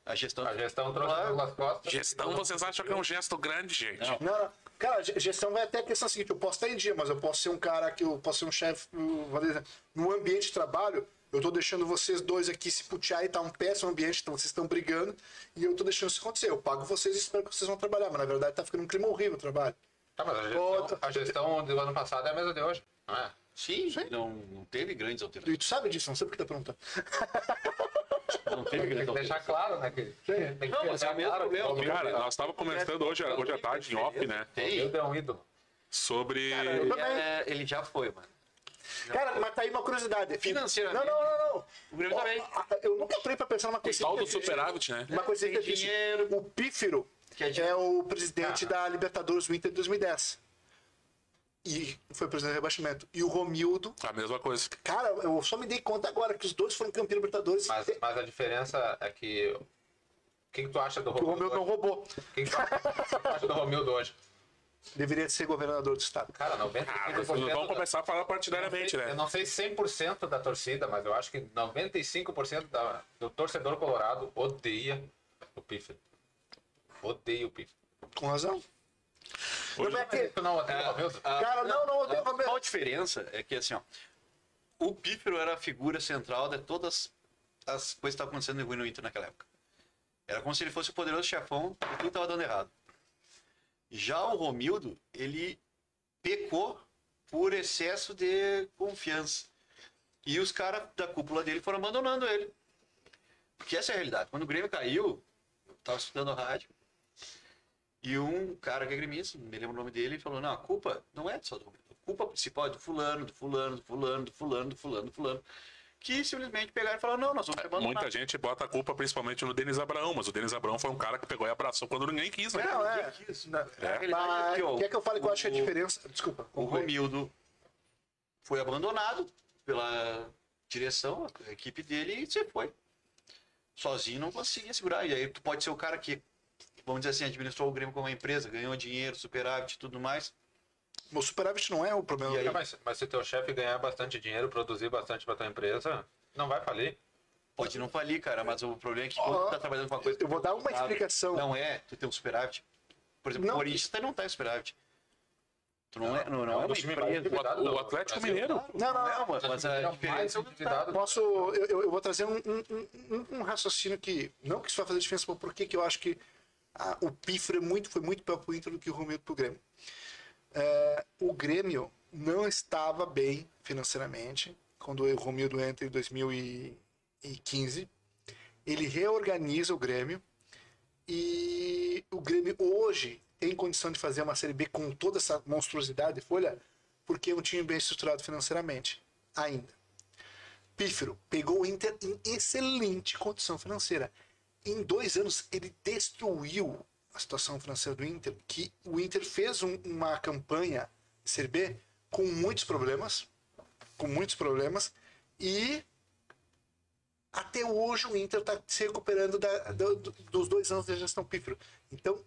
Speaker 4: A gestão.
Speaker 3: A gestão trouxe o Douglas Costa.
Speaker 1: Gestão, vocês acham que é um gesto grande, gente?
Speaker 4: Não.
Speaker 2: Não, não. Cara, ge- gestão vai até a questão seguinte: eu posso estar em dia, mas eu posso ser um cara que eu posso ser um chefe. eu vou dizer, No ambiente de trabalho, eu tô deixando vocês dois aqui se putear e tá um péssimo ambiente, então vocês estão brigando e eu tô deixando isso acontecer. Eu pago vocês e espero que vocês vão trabalhar, mas na verdade tá ficando um clima horrível o trabalho.
Speaker 3: Tá, mas a gestão,
Speaker 2: Outro.
Speaker 3: a gestão do ano passado é a mesma de hoje. não é?
Speaker 4: Sim, não, não teve grandes
Speaker 2: E
Speaker 4: alterações.
Speaker 2: tu sabe disso, não sei porque tá perguntando.
Speaker 4: Não teve
Speaker 3: Tem
Speaker 4: grandes
Speaker 3: que deixar
Speaker 4: alterações.
Speaker 3: claro, né? Que tem que
Speaker 4: Não, mas
Speaker 3: deixar
Speaker 4: é o mesmo
Speaker 3: claro que
Speaker 4: problema.
Speaker 3: o Douglas
Speaker 1: Cara, nós estávamos conversando hoje, hoje à tarde em off, né?
Speaker 4: Tem.
Speaker 3: Humilde é um ídolo.
Speaker 1: Sobre.
Speaker 4: Ele,
Speaker 2: também.
Speaker 4: é- ele já foi, mano.
Speaker 2: Cara, mas tá aí uma curiosidade.
Speaker 4: Financeiramente.
Speaker 2: Não, não, não, não.
Speaker 4: O Grêmio
Speaker 2: Ó,
Speaker 4: também.
Speaker 2: a- Eu nunca parei pra pensar numa coisa.
Speaker 1: Tal do
Speaker 2: que-
Speaker 1: superávit, né?
Speaker 2: Uma coisa
Speaker 4: Tem
Speaker 2: interessante.
Speaker 4: dinheiro.
Speaker 2: O Pífero
Speaker 4: Que é de- Tá.
Speaker 2: é o presidente da Libertadores do Inter de 2010. E foi presidente do rebaixamento. E o Romildo,
Speaker 1: A mesma coisa.
Speaker 2: cara, eu só me dei conta agora que os dois foram campeões da Libertadores.
Speaker 3: Mas,
Speaker 2: e-
Speaker 3: mas a diferença é que. O que, que tu acha do
Speaker 2: que o Romildo é um
Speaker 3: Romildo?
Speaker 2: não
Speaker 3: hoje?
Speaker 2: roubou.
Speaker 3: O que, que tu acha, o
Speaker 2: (laughs)
Speaker 3: que tu acha do Romildo hoje?
Speaker 2: Deveria ser governador do estado.
Speaker 3: Cara, 95%.
Speaker 1: Ah, mas vamos
Speaker 3: da-
Speaker 1: começar a falar
Speaker 3: eu não sei-
Speaker 1: partidariamente, né?
Speaker 3: Eu não sei 100% da torcida, mas eu acho que 95% da, do torcedor colorado odeia o Piffin. Odeia o Piffin.
Speaker 2: Com razão.
Speaker 1: Hoje-
Speaker 2: Não é que-
Speaker 3: Tu não odeia o Romildo?
Speaker 4: Ah,
Speaker 2: Cara, não, não, eu tenho
Speaker 4: a
Speaker 2: Romildo.
Speaker 4: principal diferença é que, assim, ó, o Pífero era a figura central de todas as coisas que estavam acontecendo de ruim no Inter naquela época. Era como se ele fosse o poderoso chefão e tudo estava dando errado. Já o Romildo, ele pecou por excesso de confiança. E os caras da cúpula dele foram abandonando ele. Porque essa é a realidade. Quando o Grêmio caiu, eu tava escutando rádio, e um cara que é gremista, não me lembro o nome dele, falou: não, a culpa não é só do Romildo. A culpa principal é do fulano, do fulano, do fulano, do fulano, do fulano, do fulano. Que simplesmente pegaram e falaram: não, nós vamos te abandonar.
Speaker 1: Muita gente bota a culpa principalmente no Denis Abraão, mas o Denis Abraão foi um cara que pegou e abraçou quando ninguém quis, né?
Speaker 2: Não, é.
Speaker 4: que isso?
Speaker 2: Não.
Speaker 4: A realidade é
Speaker 2: Mas,
Speaker 4: que, ó,
Speaker 2: quer que eu fale que eu acho que é a
Speaker 4: o-
Speaker 2: diferença. Desculpa.
Speaker 4: O
Speaker 2: conclui.
Speaker 4: Romildo foi abandonado pela direção, a equipe dele, e você foi. Sozinho não conseguia segurar. E aí tu pode ser o cara que, vamos dizer assim, administrou o Grêmio como uma empresa, ganhou dinheiro, superávit e tudo mais.
Speaker 2: O superávit não é o problema.
Speaker 4: E aí?
Speaker 3: Cara, Mas, mas se teu chefe ganhar bastante dinheiro, produzir bastante pra tua empresa, não vai falir.
Speaker 4: Pode não falir, cara, mas o problema é que quando tu tá trabalhando com uma coisa. que
Speaker 2: Eu vou dar uma
Speaker 4: sabe,
Speaker 2: explicação.
Speaker 4: Não é, tu tem um superávit. Por exemplo,
Speaker 2: Não.
Speaker 4: o Corinthians até não tá em superávit. Tu não, é, não, não
Speaker 3: é um
Speaker 4: é uma
Speaker 3: dos times mais
Speaker 4: empresa.
Speaker 3: endividados do
Speaker 1: O Atlético
Speaker 3: Brasil.
Speaker 1: Mineiro.
Speaker 4: Claro, não, não,
Speaker 2: Não,
Speaker 4: é
Speaker 2: não,
Speaker 4: uma, mas
Speaker 3: Ele
Speaker 4: a
Speaker 3: é o mais
Speaker 4: diferença é o
Speaker 3: endividado do
Speaker 2: Posso, eu, eu- eu vou trazer um, um- um- um raciocínio que, não que isso vai fazer diferença, mas por que que eu acho que ah, o Pifre é muito, foi muito pior pro Inter do que o Romildo pro Grêmio. É, o Grêmio não estava bem financeiramente quando o Romildo entra em 2015. Ele reorganiza o Grêmio e o Grêmio hoje tem condição de fazer uma Série B com toda essa monstruosidade de folha porque é um time bem estruturado financeiramente ainda. Pífero pegou o Inter em excelente condição financeira. Em dois anos, ele destruiu a situação financeira do Inter, que o Inter fez um- uma campanha Série B com muitos problemas, com muitos problemas, e até tá hoje o Inter está se recuperando da- do- do- dos dois anos da gestão Pífero. Então,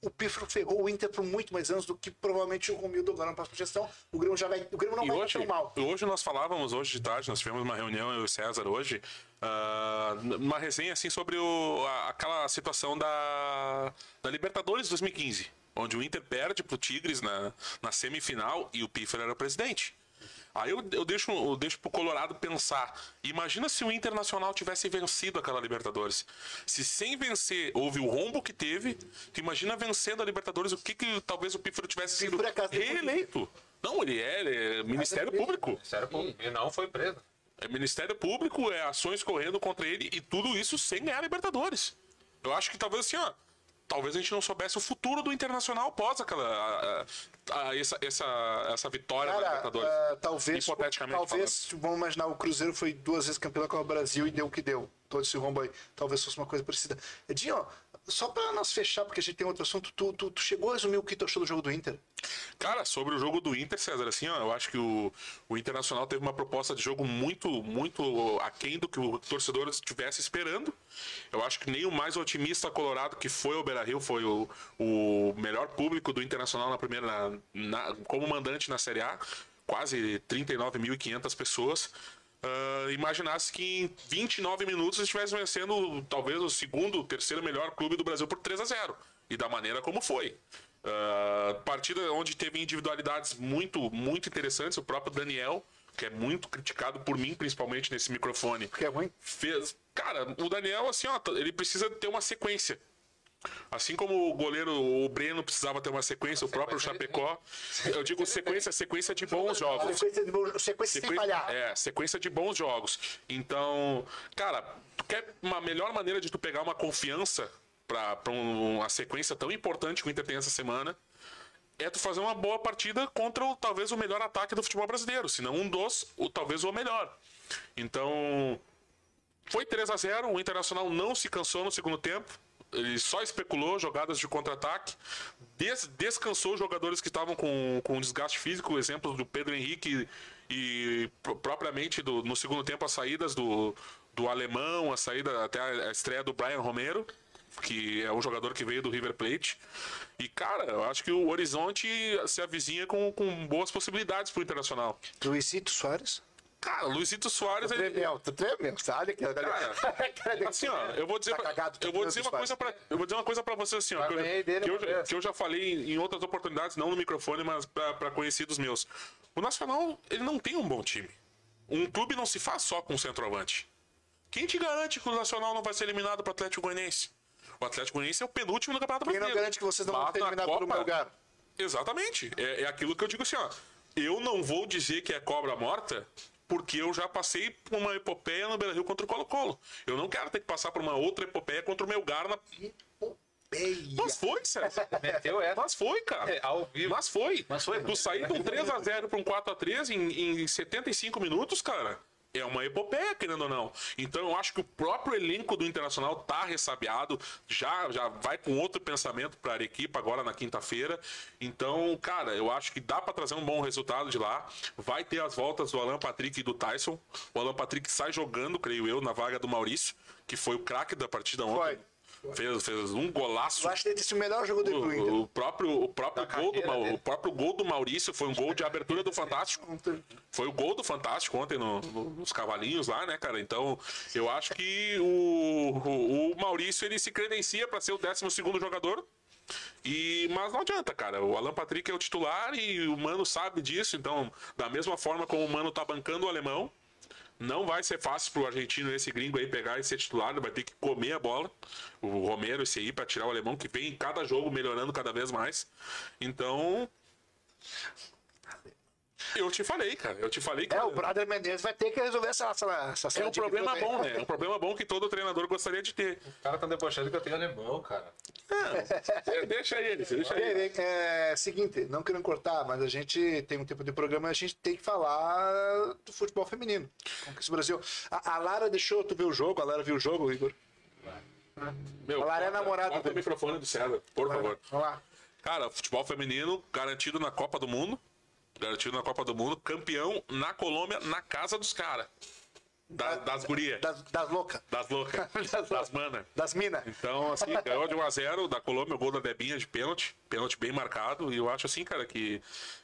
Speaker 2: o Pífero ferrou o Inter por muito mais anos do que provavelmente o Romildo agora na próxima gestão. O Grêmio já vai. O Grêmio não
Speaker 1: E
Speaker 2: vai
Speaker 1: hoje,
Speaker 2: tão mal.
Speaker 1: hoje nós falávamos, hoje de tarde, nós tivemos uma reunião, eu e o César, hoje, ah, uma resenha assim sobre o- a- aquela situação da, da Libertadores 2015, onde o Inter perde pro Tigres na, na semifinal e o Piffer era o presidente. Aí eu, eu deixo, eu deixo pro Colorado pensar. Imagina se o Internacional tivesse vencido aquela Libertadores. Se sem vencer houve o rombo que teve, tu imagina vencendo a Libertadores, o que, que talvez o Pífero tivesse sido
Speaker 2: por acaso tem
Speaker 1: reeleito. Não, ele é, ele é Ministério
Speaker 2: preso.
Speaker 1: Público.
Speaker 3: Sério, pô, e não foi preso.
Speaker 1: É Ministério Público, é ações correndo contra ele e tudo isso sem ganhar a Libertadores. Eu acho que talvez assim, ó. Talvez a gente não soubesse o futuro do Internacional após aquela. a- a- a- essa, essa, essa vitória na
Speaker 2: Cara,
Speaker 1: Libertadores.
Speaker 2: ah, talvez.
Speaker 1: Hipoteticamente
Speaker 2: talvez, vamos imaginar, o Cruzeiro foi duas vezes campeão da Copa Brasil e deu o que deu. Todo esse rombo aí. Talvez fosse uma coisa parecida. Edinho, ó, só pra nós fechar, porque a gente tem outro assunto, tu, tu, tu chegou a resumir o que tu achou do jogo do Inter?
Speaker 1: Cara, sobre o jogo do Inter, César, assim, ó, eu acho que o, o Internacional teve uma proposta de jogo muito, muito aquém do que o torcedor estivesse esperando. Eu acho que nem o mais otimista colorado que foi ao Beira-Rio foi o, o melhor público do Internacional na primeira, na- na- como mandante na Série A, quase 39.500 pessoas. Ah, imaginasse que em 29 minutos estivesse vencendo talvez o segundo, terceiro melhor clube do Brasil por 3 a 0 e da maneira como foi. Ah, partida onde teve individualidades muito, muito interessantes. O próprio Daniel, que é muito criticado por mim, principalmente nesse microfone,
Speaker 2: Porque é ruim?
Speaker 1: fez. Cara, o Daniel, assim, ó, ele precisa ter uma sequência. Assim como o goleiro, o Breno, precisava ter uma sequência, o próprio
Speaker 3: sequência ele
Speaker 1: Chapecó. Eu digo sequência, sequência de bons jogos.
Speaker 2: Sequência, de bom- sequência sem
Speaker 1: Sequência-
Speaker 2: falhar.
Speaker 1: É, sequência de bons jogos. Então, cara, tu quer uma melhor maneira de tu pegar uma confiança pra, pra um- uma sequência tão importante que o Inter tem essa semana é tu fazer uma boa partida contra o, talvez o melhor ataque do futebol brasileiro, se não um dos, ou talvez o melhor. Então, foi 3 a 0 o Internacional não se cansou no segundo tempo. Ele só especulou jogadas de contra-ataque, des- descansou os jogadores que estavam com, com desgaste físico, exemplo do Pedro Henrique e pro- propriamente do- no segundo tempo as saídas do, do alemão, a saída até a a estreia do Brian Romero, que é um jogador que veio do River Plate. E cara, eu acho que o horizonte se avizinha com, com boas possibilidades pro Internacional.
Speaker 2: Luizito Soares?
Speaker 1: Cara, Luizito Soares ele-
Speaker 2: Tremel, tu tremel, sabe? (laughs) Que,
Speaker 1: Cara, Ah, é. assim, ó, eu vou dizer,
Speaker 2: Tá
Speaker 1: pra-
Speaker 2: cagado, tá
Speaker 1: eu vou
Speaker 2: cagado
Speaker 1: dizer
Speaker 2: dos
Speaker 1: uma coisa para, eu vou dizer uma coisa para você assim, ó,
Speaker 3: Vai
Speaker 1: que eu,
Speaker 3: ganhar
Speaker 1: que,
Speaker 3: dele,
Speaker 1: eu,
Speaker 3: não
Speaker 1: já- que eu já falei em em outras oportunidades, não no microfone, mas para conhecidos meus. O Nacional, ele não tem um bom time. Um clube não se faz só com um centroavante. Quem te garante que o Nacional não vai ser eliminado pro Atlético Goianiense? O Atlético Goianiense é o penúltimo do Campeonato
Speaker 2: Quem
Speaker 1: Brasileiro.
Speaker 2: não garante que vocês não vão
Speaker 1: Mas
Speaker 2: ser
Speaker 1: na
Speaker 2: eliminados pelo
Speaker 1: Copa,
Speaker 2: meu lugar?
Speaker 1: Exatamente. É, é aquilo que eu digo assim, ó. Eu não vou dizer que é cobra morta, porque eu já passei por uma epopeia no Brasil contra o Colo-Colo. Eu não quero ter que passar por uma outra epopeia contra o Melgar. Na... Mas foi, César.
Speaker 3: Meteu essa.
Speaker 1: Mas foi, cara.
Speaker 3: É, ao vivo. né?
Speaker 1: Mas foi.
Speaker 4: Mas foi.
Speaker 1: Tu sair de um 3x0 pra um 4x3 em, em 75 minutos, cara, é uma epopeia, querendo ou não. Então eu acho que o próprio elenco do Internacional tá ressabiado, já, já vai com outro pensamento pra Arequipa agora na quinta-feira. Então, cara, eu acho que dá pra trazer um bom resultado de lá. Vai ter as voltas do Alan Patrick e do Tyson. O Alan Patrick sai jogando, creio eu, na vaga do Maurício, que foi o craque da partida ontem. Fez, fez um golaço
Speaker 2: Eu acho que ele disse o melhor jogo dele do Inter.
Speaker 1: o, o próprio, o, próprio
Speaker 3: Da
Speaker 1: gol do,
Speaker 3: carreira
Speaker 1: Mau-
Speaker 3: dele.
Speaker 1: o próprio gol do Maurício foi um gol de abertura do Fantástico. Foi o gol do Fantástico ontem no- no- nos cavalinhos lá, né, cara? Então, eu acho que o, o, o Maurício ele se credencia para ser o 12 segundo jogador. E, mas não adianta, cara. O Alan Patrick é o titular e o Mano sabe disso. Então, da mesma forma como o Mano tá bancando o alemão, não vai ser fácil pro argentino esse gringo aí pegar e ser titular, ele vai ter que comer a bola. O Romero, esse aí, pra tirar o alemão, que vem em cada jogo melhorando cada vez mais. Então. Eu te falei, cara. Eu te falei que.
Speaker 2: É, o tipo brother Menezes vai ter que resolver essa, essa, essa
Speaker 1: É
Speaker 2: cena
Speaker 1: um
Speaker 2: de
Speaker 1: problema
Speaker 2: biblioteca.
Speaker 1: bom, né? É um problema bom que todo treinador gostaria de
Speaker 2: (laughs)
Speaker 1: ter.
Speaker 3: Os caras estão tá debochando que eu tenho alemão, cara.
Speaker 1: É, deixa ele, deixa ele.
Speaker 2: Bem, bem, É, seguinte, não querendo cortar, mas a gente tem um tempo de programa, a gente tem que falar do futebol feminino. Conquista o Brasil. A, a Lara deixou tu ver o jogo, a Lara viu o jogo, Igor.
Speaker 1: Meu,
Speaker 2: Falar é
Speaker 1: corta-
Speaker 2: namorado
Speaker 1: Corta o
Speaker 2: dele.
Speaker 1: microfone do César, por favor.
Speaker 2: Vamos lá.
Speaker 1: Cara, futebol feminino garantido na Copa do Mundo. Garantido na Copa do Mundo, campeão na Colômbia, na casa dos caras. Da- das gurias,
Speaker 2: Das, das loucas.
Speaker 1: das loucas, (laughs)
Speaker 2: Das-
Speaker 1: das manas.
Speaker 2: Das minas.
Speaker 1: Então, assim, ganhou de 1x0 da Colômbia, o gol da Debinha de pênalti, pênalti bem marcado, e eu acho assim, cara, que,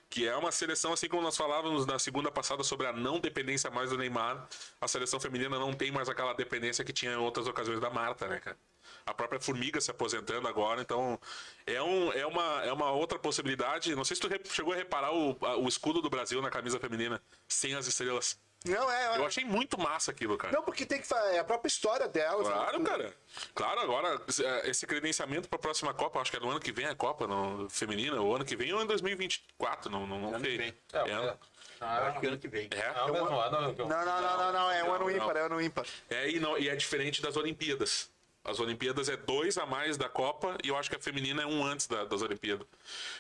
Speaker 1: que é uma seleção, assim como nós falávamos na segunda passada sobre a não dependência mais do Neymar, a seleção feminina não tem mais aquela dependência que tinha em outras ocasiões da Marta, né, cara? A própria Formiga se aposentando agora, então é, um, é, uma, é uma outra possibilidade. Não sei se tu re- chegou a reparar o, a- o escudo do Brasil na camisa feminina, sem as estrelas.
Speaker 2: Não, é.
Speaker 1: Eu achei muito massa aquilo, cara.
Speaker 2: Não, porque tem que falar. É a própria história dela.
Speaker 1: Claro, cara. Claro, agora eh, esse credenciamento para a próxima Copa, acho que é no ano que vem a Copa não, feminina, ou ano que vem ou em 2024, não, não, não
Speaker 4: Ano
Speaker 1: sei.
Speaker 4: que vem.
Speaker 3: É,
Speaker 1: É,
Speaker 3: é.
Speaker 4: Eu
Speaker 3: Não,
Speaker 4: acho que ano que vem.
Speaker 1: é.
Speaker 3: não, mesmo ano. eu-
Speaker 2: Não, não, não, não, não. É um ano
Speaker 1: não.
Speaker 2: ímpar, é um ano ímpar.
Speaker 1: É, e, não- e é diferente das Olimpíadas. As Olimpíadas é dois a mais da Copa e eu acho que a feminina é um antes da- das Olimpíadas.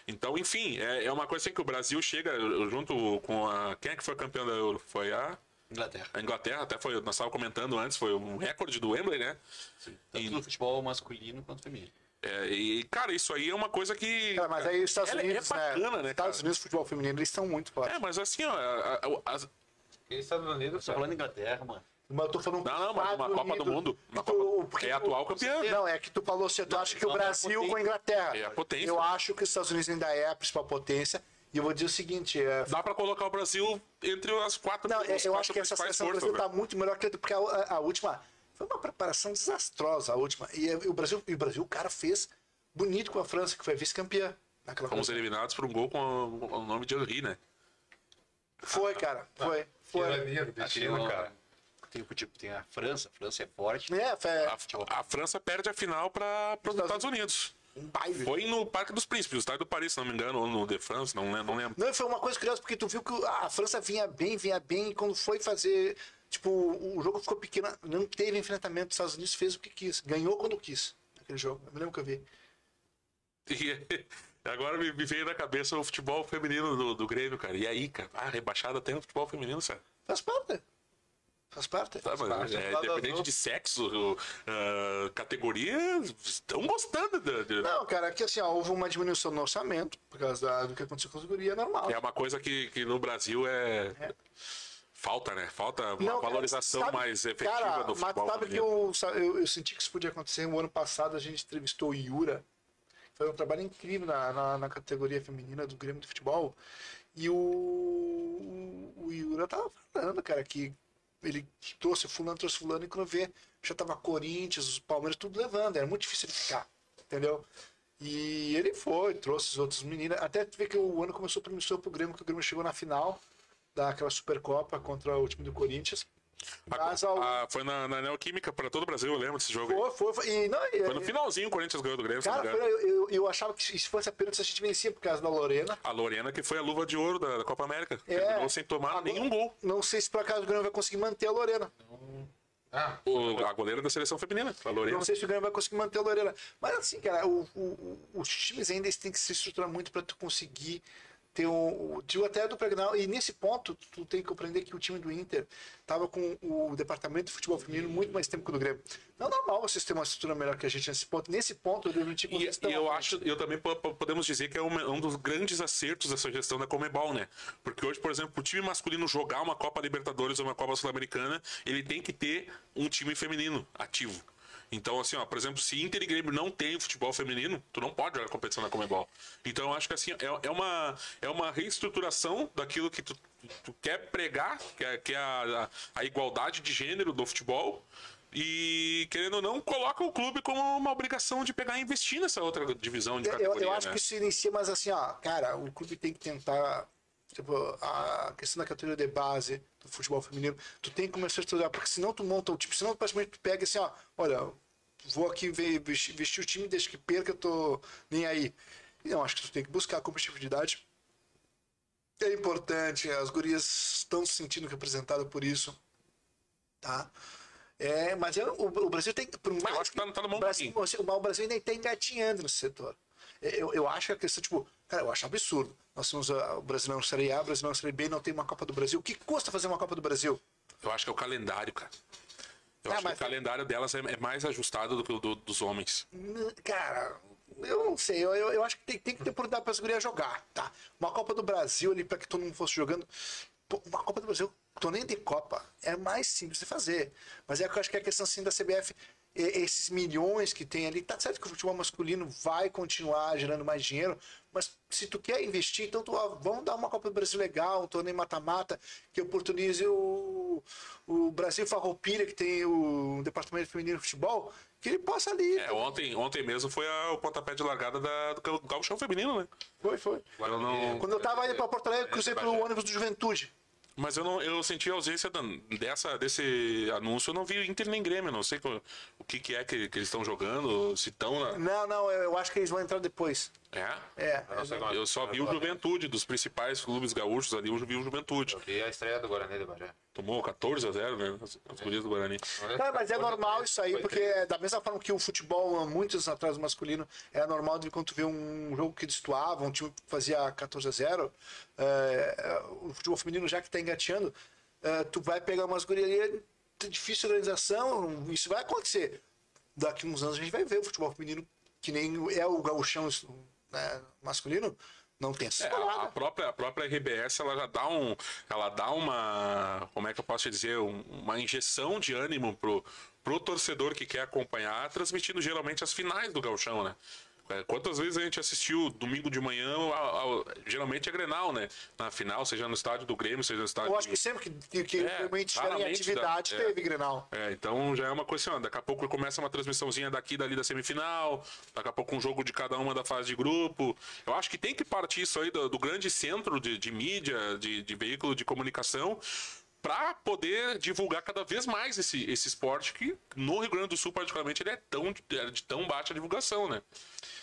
Speaker 1: Então, enfim, é, é uma coisa assim que o Brasil chega eh, junto com a. Quem é que foi campeão da Euro? Foi a.
Speaker 4: Inglaterra.
Speaker 1: A Inglaterra, até foi, nós estávamos comentando antes, foi um recorde do Wembley, né?
Speaker 4: Tanto
Speaker 1: E-
Speaker 4: no futebol masculino quanto feminino.
Speaker 1: É, e, cara, isso aí é uma coisa que.
Speaker 2: Cara, mas aí os Estados
Speaker 1: É- é
Speaker 2: Unidos,
Speaker 1: bacana,
Speaker 2: né?
Speaker 1: né,
Speaker 2: Estados
Speaker 1: cara?
Speaker 2: Unidos, futebol feminino, eles estão muito fortes.
Speaker 1: É, mas assim, ó. a- a- as-
Speaker 3: E Estados Unidos,
Speaker 4: Só
Speaker 3: cara.
Speaker 4: falando Inglaterra, mano.
Speaker 2: Mas eu tô falando
Speaker 1: Não, não, mas uma
Speaker 2: Estados
Speaker 1: Copa do
Speaker 2: Unidos,
Speaker 1: Mundo. Uma
Speaker 2: tu-
Speaker 1: Copa-
Speaker 2: porque
Speaker 1: é atual
Speaker 2: tu-
Speaker 1: campeão.
Speaker 2: Não, é que tu falou assim, tu acha que o
Speaker 4: eles são
Speaker 2: Brasil
Speaker 4: potência.
Speaker 2: com a Inglaterra.
Speaker 1: É a potência.
Speaker 2: Eu acho que os Estados Unidos ainda é a principal potência. E eu vou dizer o seguinte, é,
Speaker 1: Dá pra colocar o Brasil entre as quatro
Speaker 2: Não, é,
Speaker 1: as
Speaker 2: eu, eu
Speaker 1: quatro
Speaker 2: acho que essa
Speaker 1: principais
Speaker 2: seleção do
Speaker 1: forças, né?
Speaker 2: Brasil
Speaker 1: velho.
Speaker 2: tá muito melhor que a, porque a, a- a última foi uma preparação desastrosa a última. E, é- e o Brasil, e o Brasil, o cara fez bonito com a França, que foi vice-campeã naquela
Speaker 1: Fomos
Speaker 2: Copa.
Speaker 1: eliminados por um gol com o o nome de Henry, né?
Speaker 2: Foi, cara,
Speaker 1: Ah, tá.
Speaker 2: foi, foi.
Speaker 3: Tirania do destino, cara.
Speaker 4: Tem, o futebol- tem a França, a França é forte.
Speaker 2: É, foi
Speaker 1: A, a França perde a final para os Estados Unidos.
Speaker 2: um baile.
Speaker 1: Foi no Parque dos Príncipes, no estádio do Paris, se não me engano, ou no De France, não, lem- não lembro.
Speaker 2: Não, e foi uma coisa curiosa, porque tu viu que a França vinha bem, vinha bem, e quando foi fazer, tipo, o jogo ficou pequeno, não teve enfrentamento, os Estados Unidos fez o que quis, ganhou quando quis, aquele jogo, eu me lembro que eu vi.
Speaker 1: E (laughs) agora me, me veio na cabeça o futebol feminino do, do Grêmio, cara. E aí, cara? Ah, rebaixada tem no futebol feminino, sabe?
Speaker 2: Faz parte, faz parte.
Speaker 1: Tá, mas,
Speaker 3: parte,
Speaker 1: é,
Speaker 3: faz
Speaker 1: independente
Speaker 3: azul.
Speaker 1: de sexo, o- ah, categoria, estão gostando. da- de-
Speaker 2: Não, cara, é que assim, ó, houve uma diminuição no orçamento por causa da- do que aconteceu com a guria, é normal.
Speaker 1: É uma coisa que, que no Brasil é... Falta, né? Falta uma
Speaker 2: Não, cara,
Speaker 1: valorização
Speaker 2: sabe-
Speaker 1: mais efetiva
Speaker 2: cara,
Speaker 1: do futebol.
Speaker 2: Mas sabe que eu, sa- eu, eu senti que isso podia acontecer. O ano passado a gente entrevistou o Yura. Foi um trabalho incrível na, na, na categoria feminina do Grêmio de Futebol. E o, o, o Yura tava falando, cara, que ele trouxe fulano, trouxe fulano, e quando vê, já tava Corinthians, os Palmeiras, tudo levando. Era muito difícil ele ficar, entendeu? E ele foi, trouxe os outros meninos. Até tu vê que o ano começou promissor pro Grêmio, que o Grêmio chegou na final daquela Supercopa contra o time do Corinthians. Mas ao...
Speaker 1: Ah, foi na, na Neoquímica para todo o Brasil, eu lembro desse jogo. aí.
Speaker 2: foi, foi, foi. E, não, e-
Speaker 1: Foi no finalzinho o Corinthians ganhou do Grêmio, se não me
Speaker 2: Cara,
Speaker 1: engano.
Speaker 2: foi- eu, eu, eu achava que se fosse a pênalti a gente vencia por causa da Lorena.
Speaker 1: A Lorena que foi a luva de ouro da, da Copa América.
Speaker 2: É.
Speaker 1: Terminou sem tomar
Speaker 2: Agora-
Speaker 1: nenhum gol.
Speaker 2: Não sei se por acaso o Grêmio vai conseguir manter a Lorena.
Speaker 3: Ah,
Speaker 1: O- a goleira da seleção feminina, a Lorena.
Speaker 2: Não sei se o Grêmio vai conseguir manter a Lorena. Mas assim, cara, o- o- o- os times ainda eles têm que se estruturar muito pra tu conseguir ter um. o- Digo até do Pregnal. E nesse ponto, tu tem que compreender que o time do Inter tava com o departamento de futebol feminino muito mais tempo que o do Grêmio. Não é normal vocês terem uma estrutura melhor que a gente nesse ponto. Nesse ponto, eu devo te
Speaker 1: E, e eu acho, eu também po- po- podemos dizer que é uma- um dos grandes acertos dessa gestão da Comebol, né? Porque hoje, por exemplo, o time masculino jogar uma Copa Libertadores ou uma Copa Sul-Americana, ele tem que ter um time feminino ativo. Então, assim, ó, por exemplo, se Inter e Grêmio não tem futebol feminino, tu não pode jogar competição na Comebol. Então, eu acho que assim, é, é uma, é uma reestruturação daquilo que tu, tu quer pregar, que é, que é a, a- a igualdade de gênero do futebol, e, querendo ou não, coloca o clube como uma obrigação de pegar e investir nessa outra divisão de
Speaker 2: Eu- Eu,
Speaker 1: categoria.
Speaker 2: eu acho
Speaker 1: né?
Speaker 2: que isso inicia, mas assim, ó, cara, o clube tem que tentar. Tipo, a questão da categoria de base do futebol feminino, tu tem que começar a estudar, porque senão tu monta o time, senão praticamente tu pega assim, ó, olha, vou aqui ve- vestir, vestir o time, desde que perca, eu tô nem aí. Não, acho que tu tem que buscar a competitividade. É importante, as gurias estão se sentindo representadas por isso, tá? É, mas eu- o, o Brasil tem. Por mais
Speaker 1: acho que tá- tá na mão
Speaker 2: o
Speaker 1: do
Speaker 2: Brasil,
Speaker 1: Kim.
Speaker 2: assim, o o Brasil ainda está engatinhando nesse setor. É, Eu, eu acho que a questão, tipo, cara, eu acho absurdo. Nós somos ah, o brasileiro Série A, o brasileiro Série B, não tem uma Copa do Brasil. O que custa fazer uma Copa do Brasil?
Speaker 1: Eu acho que é o calendário, cara. Eu
Speaker 2: Ah,
Speaker 1: acho
Speaker 2: mas-
Speaker 1: que o calendário delas é é mais ajustado do que o do- dos homens.
Speaker 2: N- Cara, eu não sei. Eu, eu, eu acho que tem, tem que ter oportunidade para as gurias jogar, tá? Uma Copa do Brasil ali, para que todo mundo fosse jogando. Pô, uma Copa do Brasil, torneio de Copa é mais simples de fazer. Mas é que eu acho que a questão sim da CBF, e- esses milhões que tem ali, tá certo que o futebol masculino vai continuar gerando mais dinheiro, mas se tu quer investir, então tu, ó, vamos dar uma Copa do Brasil legal, um torneio mata-mata, que oportunize o, o Brasil Farroupilha, que tem o Departamento Feminino de Futebol, que ele possa ali.
Speaker 1: É, ontem, ontem mesmo foi a- o pontapé de largada da, do Galchão Feminino, né?
Speaker 2: Foi, foi.
Speaker 1: Eu não-
Speaker 2: Quando eu tava indo pra Porto Alegre, cruzei pelo ônibus do Juventude.
Speaker 1: Mas eu não eu senti a ausência da- dessa, desse anúncio, eu não vi Inter nem Grêmio, não sei co- o que, que é que, que eles estão jogando, se estão na.
Speaker 2: Não, não, eu eu acho que eles vão entrar depois.
Speaker 1: É.
Speaker 2: É.
Speaker 3: Nossa, agora-
Speaker 1: Eu só vi o
Speaker 3: agora-
Speaker 1: Juventude, dos principais clubes gaúchos ali, eu vi o Juventude.
Speaker 3: Eu vi a estreia do Guarani de Bagé.
Speaker 1: Tomou 14 a 0, né? As,
Speaker 2: É.
Speaker 1: as gurias do Guarani.
Speaker 2: Cara, mas é normal isso aí, porque é da mesma forma que o futebol, há muitos anos atrás, o masculino, é normal de quando tu vê um jogo que destoava, um time que fazia 14 a 0, é, o futebol feminino já que tá engateando, é, tu vai pegar umas gurias ali, é difícil organização, isso vai acontecer. Daqui uns anos a gente vai ver o futebol feminino, que nem é o gauchão né, masculino, não tem essa
Speaker 1: É, a, a própria, a própria RBS ela já dá um. Ela dá uma. Como é que eu posso te dizer? Um- Uma injeção de ânimo pro, pro torcedor que quer acompanhar, transmitindo geralmente as finais do Gauchão, né? É, Quantas vezes a gente assistiu domingo de manhã, ao- ao- geralmente é Grenal, né? Na final, seja no estádio do Grêmio, seja no estádio
Speaker 2: Eu acho
Speaker 1: do,
Speaker 2: que sempre que, que
Speaker 1: É,
Speaker 2: realmente tiver em
Speaker 1: raramente dá-
Speaker 2: atividade,
Speaker 1: é.
Speaker 2: teve Grenal.
Speaker 1: É, então já é uma coisa assim, ó, daqui a pouco começa uma transmissãozinha daqui e dali da semifinal, daqui a pouco um jogo de cada uma da fase de grupo. Eu acho que tem que partir isso aí do, do grande centro de, de mídia, de, de veículo de comunicação, para poder divulgar cada vez mais esse, esse esporte que no Rio Grande do Sul, particularmente, ele é tão, é de tão baixa divulgação, né?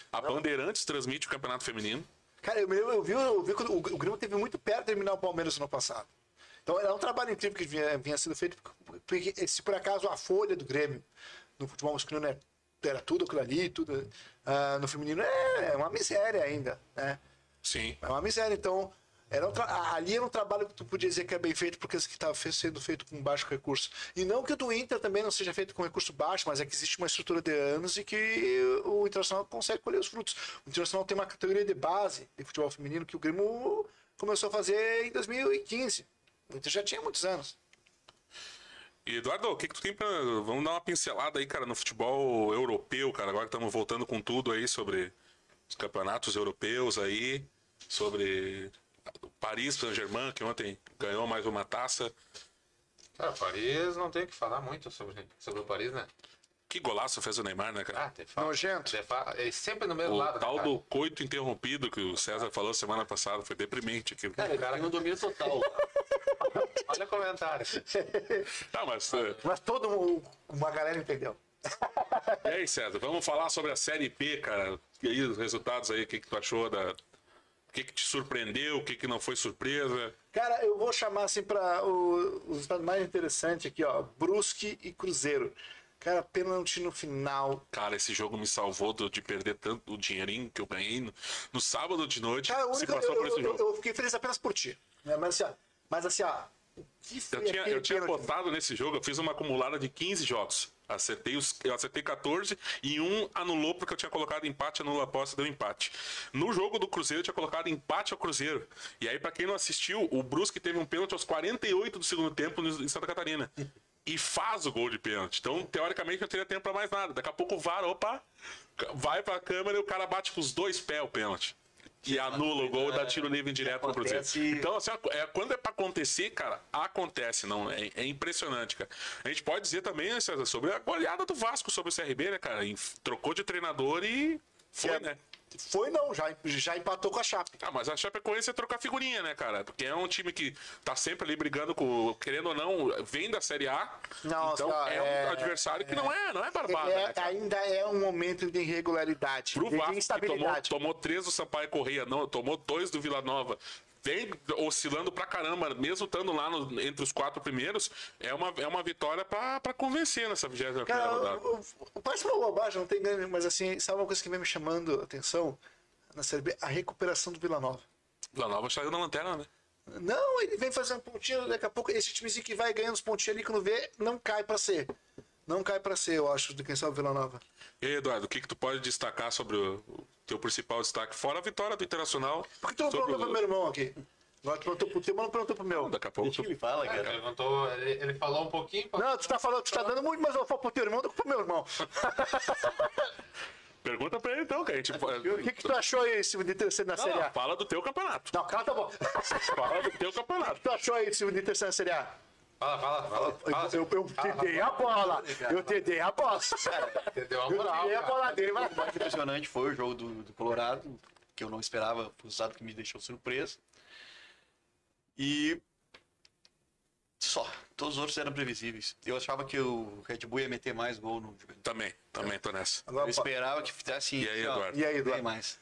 Speaker 1: A Bandeirantes transmite o campeonato feminino.
Speaker 2: Cara, eu, me lembro- eu vi, eu vi quando o, o Grêmio teve muito perto de terminar o Palmeiras no ano passado. Então era um trabalho incrível que vinha, vinha sendo feito, porque- porque se por acaso a folha do Grêmio no futebol masculino era, era tudo aquilo ali, tudo, ah, no feminino é, é uma miséria ainda, né?
Speaker 1: Sim.
Speaker 2: É uma miséria, então era um tra- a- ali era um trabalho que tu podia dizer que é bem feito porque que estava sendo feito com baixo recurso. E não que o do Inter também não seja feito com recurso baixo, mas é que existe uma estrutura de anos e que o Internacional consegue colher os frutos. O Internacional tem uma categoria de base de futebol feminino que o Grêmio começou a fazer em 2015. O Inter já tinha muitos anos.
Speaker 1: E Eduardo, o que, que tu tem pra. Vamos dar uma pincelada aí, cara, no futebol europeu, cara. Agora que estamos voltando com tudo aí sobre os campeonatos europeus aí, sobre o Paris Saint-Germain, que ontem ganhou mais uma taça.
Speaker 3: Cara, Paris não tem o que falar muito sobre, sobre o Paris, né?
Speaker 1: Que golaço fez o Neymar, né, cara?
Speaker 3: Ah, tem falta.
Speaker 2: Nojento. (laughs)
Speaker 3: Tem fa- É sempre no mesmo
Speaker 1: o
Speaker 3: lado. né,
Speaker 1: tal
Speaker 3: cara?
Speaker 1: do coito interrompido que o César falou semana passada foi deprimente aquilo.
Speaker 4: Cara, ele tem um domínio total.
Speaker 3: Olha o comentário.
Speaker 1: Tá, mas. eh,
Speaker 2: Mas todo mu- uma galera entendeu.
Speaker 1: E aí, César, vamos falar sobre a Série B, cara. E aí, os resultados aí, o que, que tu achou da. O que, que te surpreendeu, o que, que não foi surpresa?
Speaker 2: Cara, eu vou chamar assim para o o resultado mais interessante aqui, ó. Brusque e Cruzeiro. Cara, pênalti no final.
Speaker 1: Cara, esse jogo me salvou do- de perder tanto o dinheirinho que eu ganhei no, no sábado de noite.
Speaker 2: Cara, o
Speaker 1: se
Speaker 2: único
Speaker 1: passou
Speaker 2: eu,
Speaker 1: por esse
Speaker 2: eu-
Speaker 1: jogo.
Speaker 2: eu fiquei feliz apenas por ti. né? Mas assim, ó. Mas assim, ó. o que foi
Speaker 1: Eu, tinha,
Speaker 2: aquele
Speaker 1: eu tinha
Speaker 2: pênalti?
Speaker 1: botado nesse jogo, eu fiz uma acumulada de 15 jogos. Acertei os, eu acertei 14 e um anulou porque eu tinha colocado empate, anulou a aposta, deu empate. No jogo do Cruzeiro, eu tinha colocado empate ao Cruzeiro. E aí, pra quem não assistiu, o Brusque teve um pênalti aos 48 do segundo tempo no- em Santa Catarina. E faz o gol de pênalti. Então, teoricamente, não teria tempo pra mais nada. Daqui a pouco o VAR, opa, vai pra câmera e o cara bate com os dois pés o pênalti. E anula o gol e dá tiro livre direto pro Cruzeiro.
Speaker 4: Acontece-
Speaker 1: Então, assim, é, quando é pra acontecer, cara, acontece, não. É, é impressionante, cara. A gente pode dizer também, né, César, sobre a goleada do Vasco sobre o CRB, né, cara? Em- Trocou de treinador e foi,
Speaker 2: É,
Speaker 1: né?
Speaker 2: Foi não, já, já empatou com a Chape.
Speaker 1: Ah, mas a Chapecoense é trocar figurinha, né, cara? Porque é um time que tá sempre ali brigando com, querendo ou não, vem da Série A.
Speaker 2: Nossa,
Speaker 1: então é,
Speaker 2: é-
Speaker 1: um adversário que não é, não é barbada,
Speaker 2: É,
Speaker 1: né, cara?
Speaker 2: ainda é um momento de irregularidade,
Speaker 1: pro
Speaker 2: de
Speaker 1: Vasco, que tomou,
Speaker 2: instabilidade.
Speaker 1: tomou três do Sampaio Correia, não, tomou dois do Vila Nova. Vem oscilando pra caramba, mesmo estando lá no- entre os quatro primeiros, é uma, é uma vitória pra, pra convencer nessa 21
Speaker 2: Cara,
Speaker 1: rodada.
Speaker 2: o, o, parece uma bobagem, não tem ganho, mas assim, sabe uma coisa que vem me chamando a atenção na Série B? A recuperação do Vila Nova.
Speaker 1: Vila Nova saiu na lanterna, né?
Speaker 2: Não, ele vem fazendo pontinho, daqui a pouco esse timezinho que vai ganhando os pontinhos ali, quando vê, não cai pra ser. Não cai pra ser, eu acho, de quem sabe o Vila Nova.
Speaker 1: E aí, Eduardo, o que, que tu pode destacar sobre o, o teu principal destaque, fora a vitória do Internacional?
Speaker 2: Por que tu não
Speaker 1: sobre
Speaker 2: colocou
Speaker 1: o- tá-
Speaker 2: meu irmão aqui? Agora tu perguntou pro teu, mas não perguntou pro meu.
Speaker 1: Daqui a pouco
Speaker 4: Deixa
Speaker 1: tu
Speaker 4: ele fala,
Speaker 3: É, ele
Speaker 4: cara.
Speaker 3: levantou, ele, ele falou um pouquinho.
Speaker 2: Não, tu tá falando, tu tá dando muito mais alfa pro teu irmão do que pro meu irmão.
Speaker 1: pergunta pra ele então, que a gente
Speaker 2: O que, é? que tu achou aí esse de terceiro na Série A?
Speaker 1: fala do teu campeonato.
Speaker 2: Não, cala a boca.
Speaker 1: Fala do teu campeonato.
Speaker 2: tu achou aí esse de terceiro na Série A?
Speaker 3: Fala, fala, fala. fala.
Speaker 2: Eu, eu, eu te dei a bola. Eu te dei a bola.
Speaker 3: Entendeu? A
Speaker 2: Eu
Speaker 3: moral,
Speaker 2: tirei a
Speaker 3: cara.
Speaker 2: bola dele, mas...
Speaker 4: O mais impressionante foi o jogo do, do Colorado, que eu não esperava, foi o resultado que me deixou surpreso. E só, todos os outros eram previsíveis. Eu achava que o Red Bull ia meter mais gol no Juventude.
Speaker 1: Também, também tô nessa.
Speaker 4: Eu
Speaker 2: Agora, pô,
Speaker 4: esperava que fizesse assim,
Speaker 1: E aí,
Speaker 4: ó,
Speaker 1: Eduardo?
Speaker 2: E aí,
Speaker 4: bem
Speaker 2: Eduardo?
Speaker 4: mais.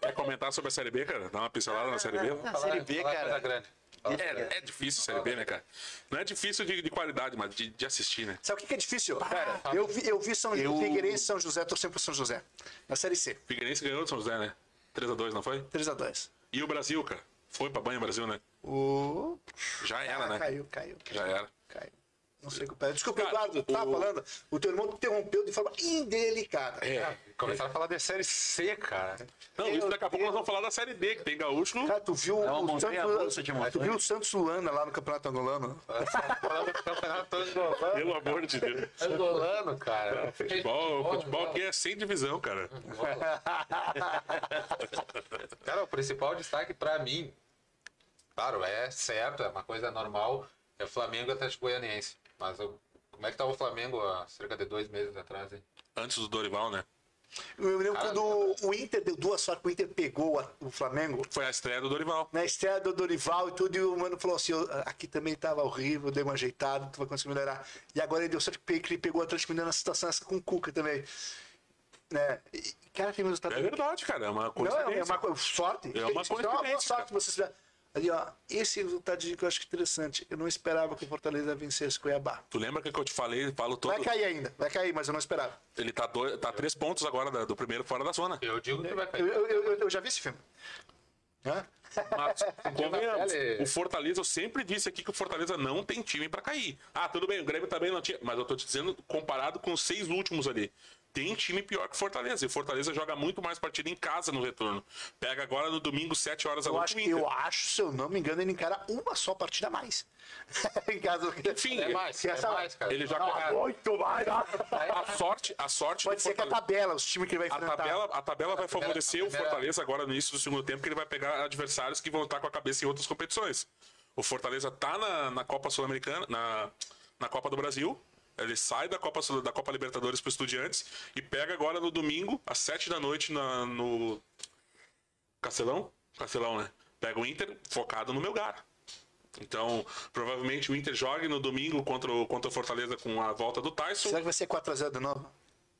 Speaker 1: Quer comentar sobre a Série B, cara? Dá uma pincelada na Série B?
Speaker 4: A Série B,
Speaker 3: Fala coisa
Speaker 4: cara,
Speaker 3: grande.
Speaker 1: É, é difícil a Série B, né, cara? Não é difícil de, de qualidade, mas de, de assistir, né?
Speaker 2: Sabe o que que é difícil? Cara, eu vi, eu vi São
Speaker 4: Eu-
Speaker 2: Figueirense e São José, torcendo pro São José. Na Série C,
Speaker 1: Figueirense ganhou do São José, né? 3x2, não foi?
Speaker 2: 3x2.
Speaker 1: E o Brasil, cara? Foi pra banho Brasil, né?
Speaker 2: O...
Speaker 1: Já era,
Speaker 2: Ah,
Speaker 1: né?
Speaker 2: Caiu, caiu.
Speaker 1: Já era.
Speaker 2: Caiu. Não sei o que eu peço. Desculpa,
Speaker 1: Cara,
Speaker 2: Eduardo, tá
Speaker 1: o-
Speaker 2: falando. O teu irmão te interrompeu de forma indelicada.
Speaker 1: É.
Speaker 3: Começaram a falar de série C, cara.
Speaker 1: Não, isso daqui a pouco nós vamos falar da Série B, que tem gaúcho.
Speaker 2: Cara, tu viu
Speaker 4: É uma
Speaker 2: o
Speaker 4: montanha russa
Speaker 2: Santos...
Speaker 4: de montanha.
Speaker 2: Tu viu o Santos Luana lá no Campeonato
Speaker 1: (laughs)
Speaker 2: Angolano?
Speaker 1: Tá
Speaker 3: Falando do campeonato angolano.
Speaker 1: Pelo amor de Deus.
Speaker 3: Angolano, cara.
Speaker 1: Futebol, futebol que é sem divisão, cara.
Speaker 3: Cara, o principal destaque pra mim, claro, é certo, é uma coisa normal, é Flamengo e Atlético Goianiense. Mas eu- como é que tava o Flamengo há cerca de dois meses atrás, hein?
Speaker 1: Antes do Dorival, né?
Speaker 2: Eu me lembro
Speaker 3: Cara,
Speaker 2: quando o Inter deu duas sortes, que o Inter pegou a- o Flamengo
Speaker 1: Foi a estreia do Dorival.
Speaker 2: na estreia do Dorival e tudo, e o mano falou assim: "Eu- aqui também tava horrível, deu uma ajeitada, tu vai conseguir melhorar. E agora ele deu certo que pe- que ele pegou o Atlético Mineiro na situação essa com o Cuca também. Né? E, cara, tem um resultado.
Speaker 1: É verdade, cara. É uma
Speaker 2: Não, é
Speaker 1: coincidência.
Speaker 2: uma co- sorte.
Speaker 1: É uma
Speaker 2: Isso boa
Speaker 1: coincidência,
Speaker 2: sorte que vocês tiveram. Ali, ó, esse resultado que eu acho que é interessante. Eu não esperava que o Fortaleza vencesse Cuiabá.
Speaker 1: Tu lembra que eu te falei, falo todo.
Speaker 2: Vai cair ainda, vai cair, mas eu não esperava.
Speaker 1: Ele tá, dois, tá três pontos agora da- do primeiro fora da zona.
Speaker 3: Eu digo que vai
Speaker 2: Eu,
Speaker 3: cair.
Speaker 2: eu, eu- eu já vi esse filme. Né? Hã?
Speaker 1: Mas, convenhamos,
Speaker 3: pele.
Speaker 1: o Fortaleza, eu sempre disse aqui que o Fortaleza não tem time pra cair. Ah, tudo bem, o Grêmio também não tinha. Mas eu tô te dizendo, comparado com os seis últimos ali. Tem time pior que o Fortaleza. E o Fortaleza joga muito mais partida em casa no retorno. Pega agora no domingo, sete horas da
Speaker 2: Eu
Speaker 1: noite.
Speaker 2: acho,
Speaker 1: o Inter.
Speaker 2: eu acho, se eu não me engano, ele encara uma só partida a mais. (laughs) em casa do
Speaker 1: Enfim,
Speaker 3: É mais,
Speaker 2: Se
Speaker 3: é
Speaker 2: essa-
Speaker 3: mais, cara.
Speaker 1: ele já
Speaker 3: Não,
Speaker 1: coloca-
Speaker 2: Ah, Muito mais. Ah,
Speaker 1: a sorte, a sorte
Speaker 2: Pode
Speaker 1: do
Speaker 2: ser que a
Speaker 1: Fortaleza-
Speaker 2: tabela, os times que ele vai
Speaker 1: A
Speaker 2: enfrentar.
Speaker 1: tabela, tá. é a tabela vai favorecer o
Speaker 3: primeira-
Speaker 1: Fortaleza agora no início do segundo tempo, que ele vai pegar adversários que vão estar com a cabeça em outras competições. O Fortaleza tá na, na Copa Sul-Americana, na, na Copa do Brasil. Ele sai da Copa, Sul- da Copa Libertadores pro Estudiantes e pega agora no domingo, às sete da noite, na, no. Castelão? Castelão, né? Pega o Inter focado no Melgar. Então, provavelmente o Inter jogue no domingo contra o, contra o Fortaleza com a volta do Tyson.
Speaker 2: Será que vai ser 4x0 de novo?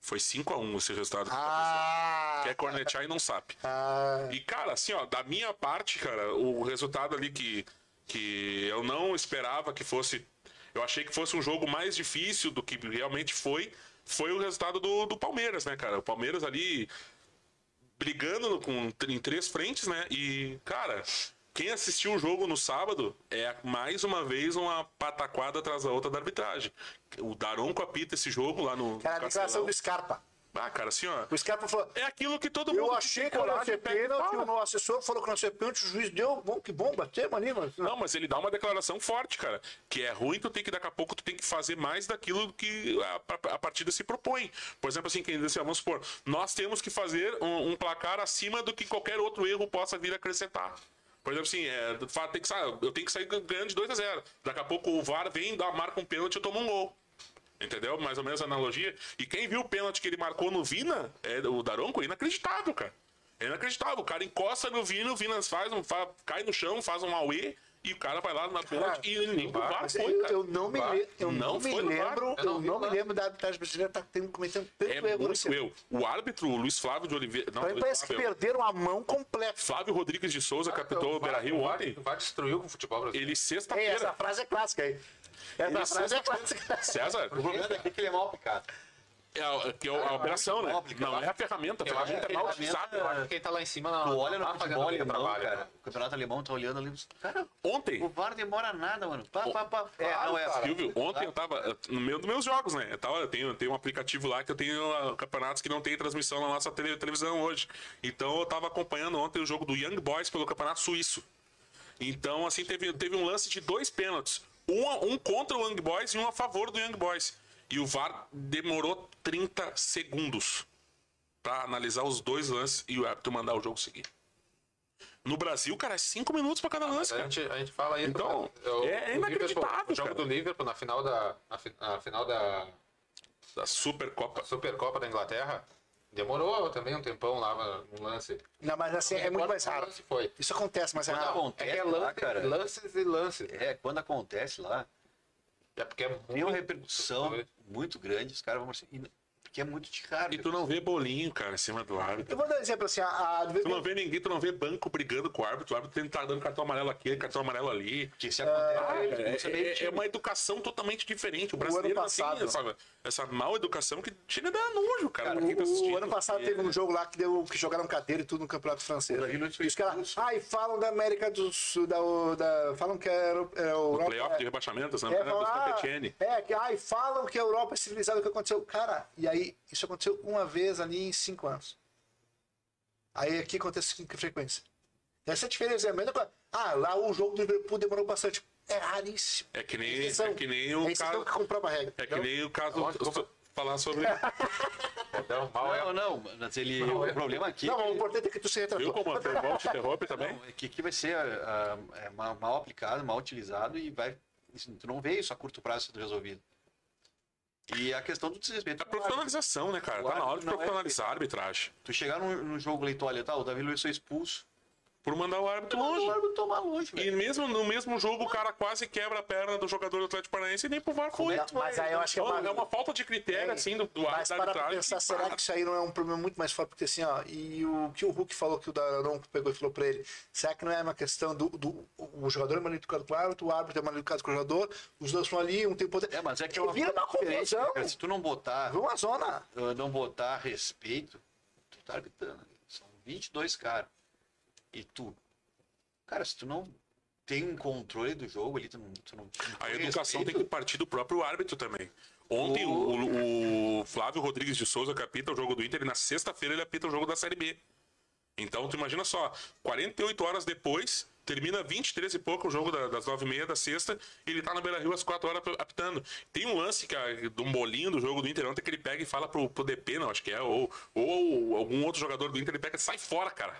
Speaker 1: Foi 5 a 1 esse resultado.
Speaker 2: Ah!
Speaker 1: Quer cornetear e não sabe.
Speaker 2: ah,
Speaker 1: E, cara, assim, ó, da minha parte, cara, o resultado ali que, que eu não esperava que fosse. Eu achei que fosse um jogo mais difícil do que realmente foi. Foi o resultado do, do Palmeiras, né, cara? O Palmeiras ali brigando no- com, em três frentes, né? E, cara, quem assistiu o jogo no sábado é mais uma vez uma pataquada atrás da outra da arbitragem. O Daronco apita esse jogo lá no.
Speaker 2: cara, a
Speaker 1: no
Speaker 2: declaração
Speaker 1: Castelão.
Speaker 2: do Scarpa.
Speaker 1: Ah, cara, assim, ó.
Speaker 2: O Scarpa falou.
Speaker 1: É aquilo que todo mundo.
Speaker 2: Eu
Speaker 1: que
Speaker 2: achei
Speaker 1: tem
Speaker 2: que não
Speaker 1: coragem
Speaker 2: ser
Speaker 1: pega e
Speaker 2: pênalti,
Speaker 1: fala.
Speaker 2: o meu assessor falou que não ser pênalti, o juiz deu, bom, que bom, bateu, mano.
Speaker 1: Não, mas ele dá uma declaração forte, cara. Que é ruim, tu tem que, daqui a pouco, tu tem que fazer mais daquilo que a, a- a partida se propõe. Por exemplo, assim, quem diz assim, ó, vamos supor, nós temos que fazer um, um placar acima do que qualquer outro erro possa vir a acrescentar. Por exemplo, assim, é, fa- tem que sa- eu tenho que sair ganhando de 2 a 0 Daqui a pouco o VAR vem, dá, marca um pênalti e eu tomo um gol. Entendeu? Mais ou menos a analogia. E quem viu o pênalti que ele marcou no Vina, é, o Daronco, é inacreditável, cara. É inacreditável. O cara encosta no Vina, o Vina faz um, fa- cai no chão, faz um auê, e o cara vai lá na pênalti e nem pro VAR
Speaker 2: Mas
Speaker 1: foi,
Speaker 2: eu,
Speaker 1: cara.
Speaker 2: eu não me,
Speaker 3: Vá.
Speaker 2: le- eu
Speaker 1: Não
Speaker 2: não me
Speaker 1: foi no VAR.
Speaker 2: lembro,
Speaker 3: Eu
Speaker 2: eu
Speaker 3: não
Speaker 2: não,
Speaker 3: vi no
Speaker 2: me
Speaker 3: VAR.
Speaker 2: lembro da arbitragem brasileira tá tendo, cometendo tanto
Speaker 1: É
Speaker 2: erro.
Speaker 1: muito
Speaker 2: assim.
Speaker 1: eu. O árbitro, o Luiz Flávio de Oliveira. Não,
Speaker 2: Pra mim
Speaker 1: Luiz
Speaker 2: parece que
Speaker 1: Flávio.
Speaker 2: perderam a mão completa.
Speaker 1: Flávio Rodrigues de Souza, capitão do Beira Rio ontem.
Speaker 3: Vai destruir o futebol brasileiro.
Speaker 1: Ele
Speaker 2: É,
Speaker 1: sexta-feira.
Speaker 2: essa frase é clássica aí. Essa
Speaker 1: Ele
Speaker 2: frase é clássica.
Speaker 1: César,
Speaker 4: Propaganda aqui que ele é mal aplicado.
Speaker 1: é a, que é a operação, né?
Speaker 4: óbvio que eu
Speaker 1: Não é
Speaker 4: acho-
Speaker 1: a ferramenta, a
Speaker 3: Eu acho
Speaker 1: ferramenta é
Speaker 3: que
Speaker 1: mal
Speaker 3: ele-
Speaker 1: utilizada.
Speaker 3: Eu acho que quem tá lá em cima não,
Speaker 4: Tu
Speaker 3: não
Speaker 4: olha no
Speaker 3: tá fazendo
Speaker 4: futebol
Speaker 3: o
Speaker 4: alemão,
Speaker 3: trabalho. né?
Speaker 4: cara. O campeonato alemão tá olhando ali. Cara,
Speaker 1: Ontem,
Speaker 4: o VAR demora nada, mano. Pá, pá, pá. É,
Speaker 3: Claro,
Speaker 4: não é
Speaker 3: cara.
Speaker 4: assim.
Speaker 1: Silvio, ontem eu tava eh, no meio dos meus jogos, né? Eu, tava, eu, tenho, eu tenho um aplicativo lá que eu tenho ah, campeonatos que não tem transmissão na nossa tele- televisão hoje. Então eu tava acompanhando ontem o jogo do Young Boys pelo Campeonato Suíço. Então, assim, teve, teve um lance de dois pênaltis. Um, a- um contra o Young Boys e um a favor do Young Boys. E o VAR demorou 30 segundos pra analisar os dois lances e o árbitro mandar o jogo seguir. No Brasil, cara, é cinco minutos pra cada lance,
Speaker 3: A
Speaker 1: cara.
Speaker 3: gente, a gente fala isso.
Speaker 1: Então,
Speaker 3: cara. O-
Speaker 1: é
Speaker 3: o Liverpool-
Speaker 1: inacreditável,
Speaker 3: O jogo
Speaker 1: cara.
Speaker 3: do Liverpool na final da, na, fi- na final da
Speaker 1: Da Supercopa.
Speaker 3: Supercopa da Inglaterra demorou também um tempão lá no lance.
Speaker 2: Não, mas assim, é muito mais raro.
Speaker 3: Se foi.
Speaker 2: Isso acontece, mas é
Speaker 1: Então tá
Speaker 4: Quando
Speaker 2: raro.
Speaker 3: É
Speaker 4: acontece
Speaker 3: que é
Speaker 4: lá,
Speaker 3: lance,
Speaker 4: cara.
Speaker 3: lances e lances.
Speaker 4: É, quando acontece lá,
Speaker 3: É porque é
Speaker 4: tem uma
Speaker 3: muito-
Speaker 4: repercussão
Speaker 3: Uhum.
Speaker 4: muito grande. Os caras vão assim. e- Porque é muito de cara.
Speaker 1: E tu não vê bolinho, cara, em cima do árbitro.
Speaker 2: Eu vou dar um exemplo assim, a, a- de vez
Speaker 1: Tu
Speaker 2: em
Speaker 1: não vê ninguém, tu não vê banco brigando com o árbitro, o árbitro tentar dando cartão amarelo aqui, cartão amarelo ali.
Speaker 4: Porque se acontece.
Speaker 1: É,
Speaker 4: isso é meio
Speaker 1: é- é uma educação totalmente diferente. O brasileiro
Speaker 2: ano
Speaker 1: não tem
Speaker 2: passado-
Speaker 1: essa, essa mal educação que chega a dar nojo, cara. pra quem tá
Speaker 2: O,
Speaker 1: assistindo.
Speaker 2: o ano passado teve um jogo lá que, deu, que jogaram cadeira e tudo no Campeonato Francês.
Speaker 4: Brasil
Speaker 1: é
Speaker 4: não
Speaker 2: E os caras. Ah, e falam da América do Sul. Da, da- falam que era o- era o.
Speaker 1: No playoff de rebaixamento, essa
Speaker 2: É,
Speaker 1: é,
Speaker 2: falam,
Speaker 1: dos
Speaker 2: ah,
Speaker 1: Campetieni.
Speaker 2: é, que ai, falam que a Europa é civilizada, o que aconteceu? Cara, e aí, isso aconteceu uma vez ali em cinco anos. Aí aqui acontece com que frequência. Essa diferença é a mesma coisa. Ah, lá o jogo do Liverpool demorou bastante. É raríssimo.
Speaker 1: É que nem,
Speaker 2: Exceção.
Speaker 1: é que nem
Speaker 2: é
Speaker 1: o
Speaker 2: exceção
Speaker 1: caso.
Speaker 2: que comprova a regra.
Speaker 1: É que
Speaker 2: entendeu?
Speaker 1: nem o caso.
Speaker 3: Lógico,
Speaker 1: eu
Speaker 3: como-
Speaker 1: Falar sobre.
Speaker 3: Então, mal é
Speaker 4: Não, não, mas ele.
Speaker 3: é.
Speaker 4: O problema aqui.
Speaker 2: Não, mas o importante é que tu se
Speaker 1: Viu
Speaker 2: retratou.
Speaker 1: como a Terbol te interrompe também?
Speaker 4: Não, é que, que vai ser ah, ah, é ma- mal aplicado, mal utilizado e vai. assim, tu não vê isso a curto prazo sendo resolvido. E a questão do desrespeito.
Speaker 1: É profissionalização, né, cara? Tá
Speaker 4: Claro,
Speaker 1: na hora de
Speaker 4: não é-
Speaker 1: profissionalizar a arbitragem.
Speaker 4: Tu chegar num, num jogo eleitoral e tal, o Davi Luiz foi expulso.
Speaker 1: Por mandar o árbitro
Speaker 4: Longe.
Speaker 1: longe.
Speaker 4: tomar longe, velho.
Speaker 1: E mesmo no mesmo jogo, o cara quase quebra a perna do jogador do Atlético Paranaense e nem pro VAR foi.
Speaker 2: é que Mas vai- aí eu acho que é
Speaker 1: Então,
Speaker 2: uma-
Speaker 1: é uma falta de critério,
Speaker 2: É,
Speaker 1: assim, do, do
Speaker 2: Mas
Speaker 1: árbitro da
Speaker 2: para pra
Speaker 1: arbitragem.
Speaker 2: pensar,
Speaker 1: que-
Speaker 2: será que isso aí não é um problema muito mais forte? Porque assim, ó, e o que o Hulk falou que o Daronco pegou e falou pra ele, será que não é uma questão do, do o jogador é mal educado com o árbitro, o árbitro é mal educado com o jogador, os dois estão ali, um tem poder.
Speaker 4: É, mas é que é
Speaker 2: Eu
Speaker 4: uma
Speaker 2: vira uma
Speaker 4: diferença,
Speaker 2: confusão,
Speaker 4: cara. Se tu não botar,
Speaker 2: vira uma zona.
Speaker 4: ah, não botar respeito, tu tá arbitrando. São 22 caras. E tu. Cara, se tu não tem um controle do jogo ali, tu não. Tu não tu não
Speaker 1: A
Speaker 4: tem
Speaker 1: educação tem
Speaker 4: respeito,
Speaker 1: que partir do próprio árbitro também. Ontem o, o- o Flávio Rodrigues de Souza que apita o jogo do Inter e na sexta-feira ele apita o jogo da Série B. Então tu imagina só, 48 horas depois, termina 23 e pouco o jogo da- das 9h30 da sexta, e ele tá na Beira Rio às 4 horas apitando. Tem um lance que a, de um bolinho do jogo do Inter ontem que ele pega e fala pro, pro DP, não, acho que é, ou, ou algum outro jogador do Inter, ele pega e sai fora, cara.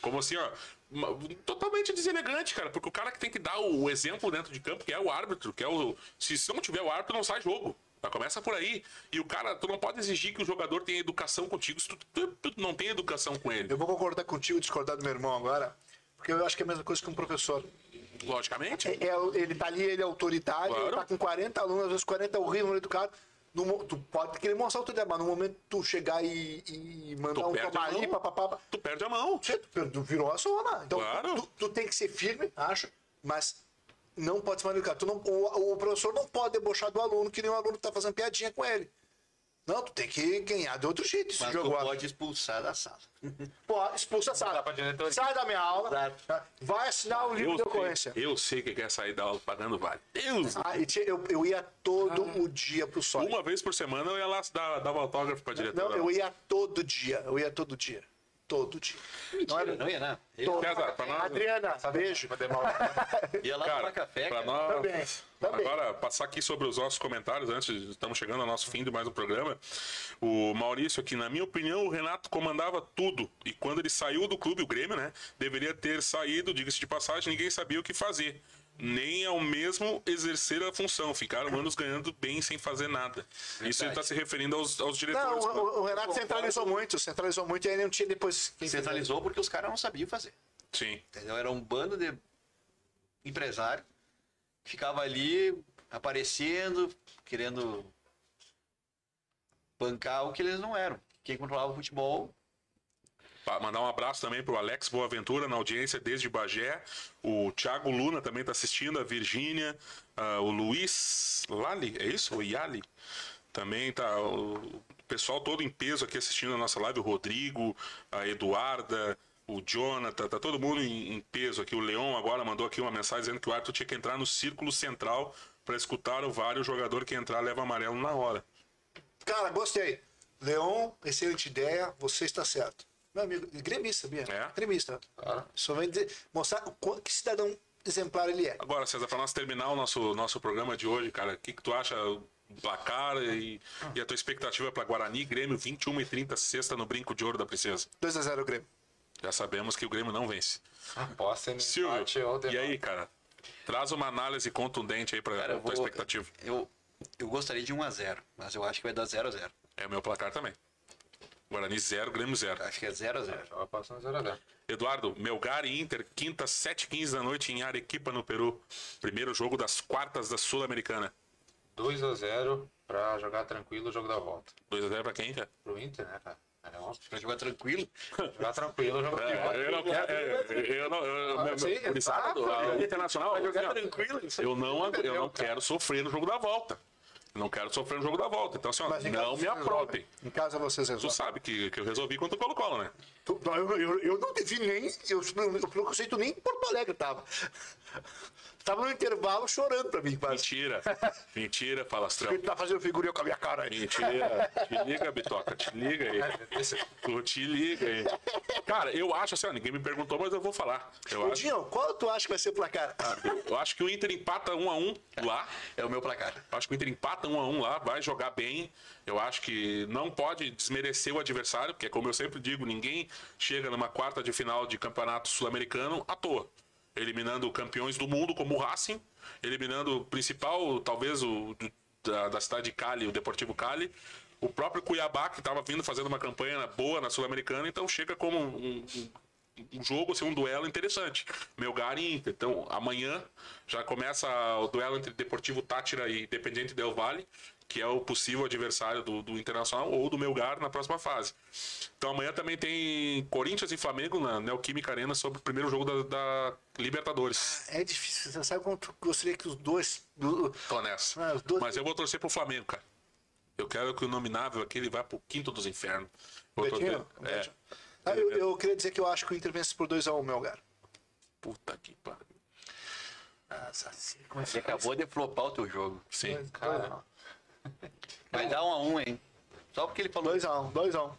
Speaker 1: Como assim, ó. uma- Totalmente deselegante, cara. Porque o cara que tem que dar o exemplo dentro de campo, que é o árbitro, que é o. Se se não tiver o árbitro, não sai jogo. Tá? Começa por aí. E o cara, tu não pode exigir que o jogador tenha educação contigo se tu, tu- tu não tem educação com ele.
Speaker 2: Eu vou concordar contigo e discordar do meu irmão agora, porque eu acho que é a mesma coisa que um professor.
Speaker 1: Logicamente.
Speaker 2: É- é- ele tá ali, ele é autoritário,
Speaker 1: Claro.
Speaker 2: ele tá com 40 alunos, às vezes 40 é horrível, mal educado. No mo- tu pode querer mostrar o teu trabalho, mas no momento tu chegar e, e mandar
Speaker 1: Tu
Speaker 2: um
Speaker 1: perde a
Speaker 2: tomar ali,
Speaker 1: mão.
Speaker 2: papapá.
Speaker 1: Tu perde a mão.
Speaker 2: Você tu virou a zona. Então,
Speaker 1: Claro.
Speaker 2: tu, tu tem que ser firme, acho, mas não pode se malucar. Tu não, o, o professor não pode debochar do aluno, que nem o aluno que tá fazendo piadinha com ele. Não, tu tem que ganhar de outro jeito esse
Speaker 4: Mas
Speaker 2: jogo.
Speaker 4: tu
Speaker 2: acho.
Speaker 4: pode expulsar da sala.
Speaker 2: Pô, expulsa a
Speaker 3: Dá
Speaker 2: sala.
Speaker 3: pra diretoria.
Speaker 2: Sai da minha aula.
Speaker 4: Exato.
Speaker 2: tá? Vai assinar o livro de ocorrência.
Speaker 1: sei, eu sei que quer sair da aula pagando vale. Deus!
Speaker 2: Ah, e tinha- eu, eu ia todo o dia pro sol.
Speaker 1: Ah, é. Uma vez por semana eu ia lá dar, dava autógrafo pra diretora.
Speaker 2: Não, eu ia todo dia. Eu ia todo dia. Todo dia.
Speaker 4: Mentira, não, era... não ia, né? Ele
Speaker 2: Todo-
Speaker 1: César, pra nós-
Speaker 2: Adriana, beijo.
Speaker 3: Vai demorar.
Speaker 4: ia lá
Speaker 1: Cara,
Speaker 4: tomar café,
Speaker 1: pra
Speaker 4: cara.
Speaker 1: nós.
Speaker 2: Também, também.
Speaker 1: Agora, passar aqui sobre os nossos comentários, antes de estamos chegando ao nosso fim de mais um programa. O Maurício aqui, na minha opinião, o Renato comandava tudo. E quando ele saiu do clube, o Grêmio, né? Deveria ter saído, diga-se de passagem, ninguém sabia o que fazer. Nem ao mesmo exercer a função. Ficaram anos ganhando bem sem fazer nada. Isso ele está se referindo aos, aos
Speaker 2: (laughs) Não,
Speaker 1: diretores. né?
Speaker 2: o, o Renato centralizou muito, centralizou muito e aí não tinha depois. quem fez.
Speaker 4: Centralizou porque os caras não sabiam fazer.
Speaker 1: Sim.
Speaker 4: Entendeu? Era um bando de empresário que ficava ali aparecendo, querendo bancar o que eles não eram. Quem controlava o futebol,
Speaker 1: Pa- Mandar um abraço também pro Alex Boaventura na audiência desde Bagé. O Thiago Luna também tá assistindo, a Virgínia, ah, o Luiz Lali, é isso? O Yali? Também tá o o pessoal todo em peso aqui assistindo a nossa live, o Rodrigo, a Eduarda, o Jonathan, tá todo mundo em, em peso aqui. O Leon agora mandou aqui uma mensagem dizendo que o árbitro tinha que entrar no círculo central para escutar o VAR e o jogador que entrar leva amarelo na hora.
Speaker 2: Cara, gostei. Leon, excelente ideia, você está certo. Meu amigo, gremista, Bia.
Speaker 1: É?
Speaker 2: Gremista.
Speaker 3: Claro.
Speaker 2: Só vem dizer, mostrar o quanto que cidadão exemplar ele é.
Speaker 1: Agora, César, para nós terminar o nosso, nosso programa de hoje, cara, o que, que tu acha do placar e, e a tua expectativa para Guarani, Grêmio 21 e 30, sexta no Brinco de Ouro da Princesa?
Speaker 2: 2x0 Grêmio.
Speaker 1: Já sabemos que o Grêmio não vence.
Speaker 3: Posso ser no empate ou
Speaker 1: Silvio, e
Speaker 3: derrota.
Speaker 1: aí, cara? Traz uma análise contundente aí para
Speaker 4: Cara,
Speaker 1: tua
Speaker 4: eu vou-
Speaker 1: expectativa.
Speaker 4: Eu, eu gostaria de 1x0, mas eu acho que vai dar 0x0.
Speaker 1: É o meu placar também. Guarani 0, Grêmio 0.
Speaker 4: Acho que é 0x0.
Speaker 3: Joga passando 0 a 0.
Speaker 1: Eduardo, Melgar e Inter, quinta, 7h15 da noite em Arequipa, no Peru. Primeiro jogo das quartas da Sul-Americana.
Speaker 3: 2 a 0 pra jogar tranquilo o jogo da volta.
Speaker 1: 2x0 pra quem, cara?
Speaker 3: Pro Inter, né, cara? É óbvio.
Speaker 4: Vai
Speaker 1: (laughs)
Speaker 4: jogar tranquilo.
Speaker 3: Jogar tranquilo o jogo da volta.
Speaker 1: É, eu não quero. é, Eu não.
Speaker 2: Sim, meu-
Speaker 1: Policial,
Speaker 2: exato. a- a
Speaker 1: internacional.
Speaker 4: tranquilo.
Speaker 1: assim, Eu não, agu- eu não quero sofrer no jogo da volta. Eu não quero sofrer no jogo da volta. Então, assim, ó,
Speaker 2: Mas em casa
Speaker 1: não me
Speaker 2: vocês
Speaker 1: apropem.
Speaker 2: resolvem. Em casa vocês
Speaker 1: Tu
Speaker 2: resolvem.
Speaker 1: sabe que, que eu resolvi contra o Colo-Colo, né?
Speaker 2: Tu- não, Eu, eu, eu não te vi nem. Eu, eu, pelo que eu sei, tu nem em Porto Alegre tava. Tava no intervalo chorando pra mim, quase.
Speaker 1: Mentira. Mentira, falastrão.
Speaker 2: Ele tá fazendo figurinha com a minha cara aí.
Speaker 1: Mentira. Te liga, Bitoca. Te liga aí. Tu te liga aí. Cara, eu acho assim, ó, ninguém me perguntou, mas eu vou falar. Eu acho,
Speaker 2: Dinho, qual tu acha que vai ser Ah, o placar?
Speaker 1: eu acho que o Inter empata 1 a 1 lá.
Speaker 4: É o meu placar.
Speaker 1: Eu acho que o Inter empata 1 a 1 lá, vai jogar bem. Eu acho que não pode desmerecer o adversário, porque como eu sempre digo, ninguém chega numa quarta de final de campeonato sul-americano à toa. Eliminando campeões do mundo como o Racing, eliminando o principal, talvez o do- da, da cidade de Cali, o Deportivo Cali, o próprio Cuiabá que estava vindo fazendo uma campanha boa na sul-americana, então chega como um- um- um jogo, assim, um duelo interessante. Melgar e Inter. Então, amanhã já começa o duelo entre Deportivo Tátira e Independiente Del Valle, que é o possível adversário do, do Internacional ou do Melgar na próxima fase. Então, amanhã também tem Corinthians e Flamengo na Neoquímica Arena sobre o primeiro jogo da, da Libertadores.
Speaker 2: É difícil. Você sabe quanto eu gostaria que os dois. do-
Speaker 1: Tô nessa.
Speaker 2: Ah, os dois-
Speaker 1: Mas eu vou torcer pro Flamengo, cara. Eu quero que o nominável aqui ele vá pro quinto dos infernos. Vou
Speaker 2: Betinho?
Speaker 1: torcer- É.
Speaker 2: Ah, eu, eu queria dizer que eu acho que o Inter vence por 2x1, meu lugar.
Speaker 1: Puta que pariu.
Speaker 4: Você acabou de flopar o teu jogo.
Speaker 1: Sim.
Speaker 3: Cara,
Speaker 4: Vai dar 1x1, hein? Só porque ele falou.
Speaker 2: 2x1, 2x1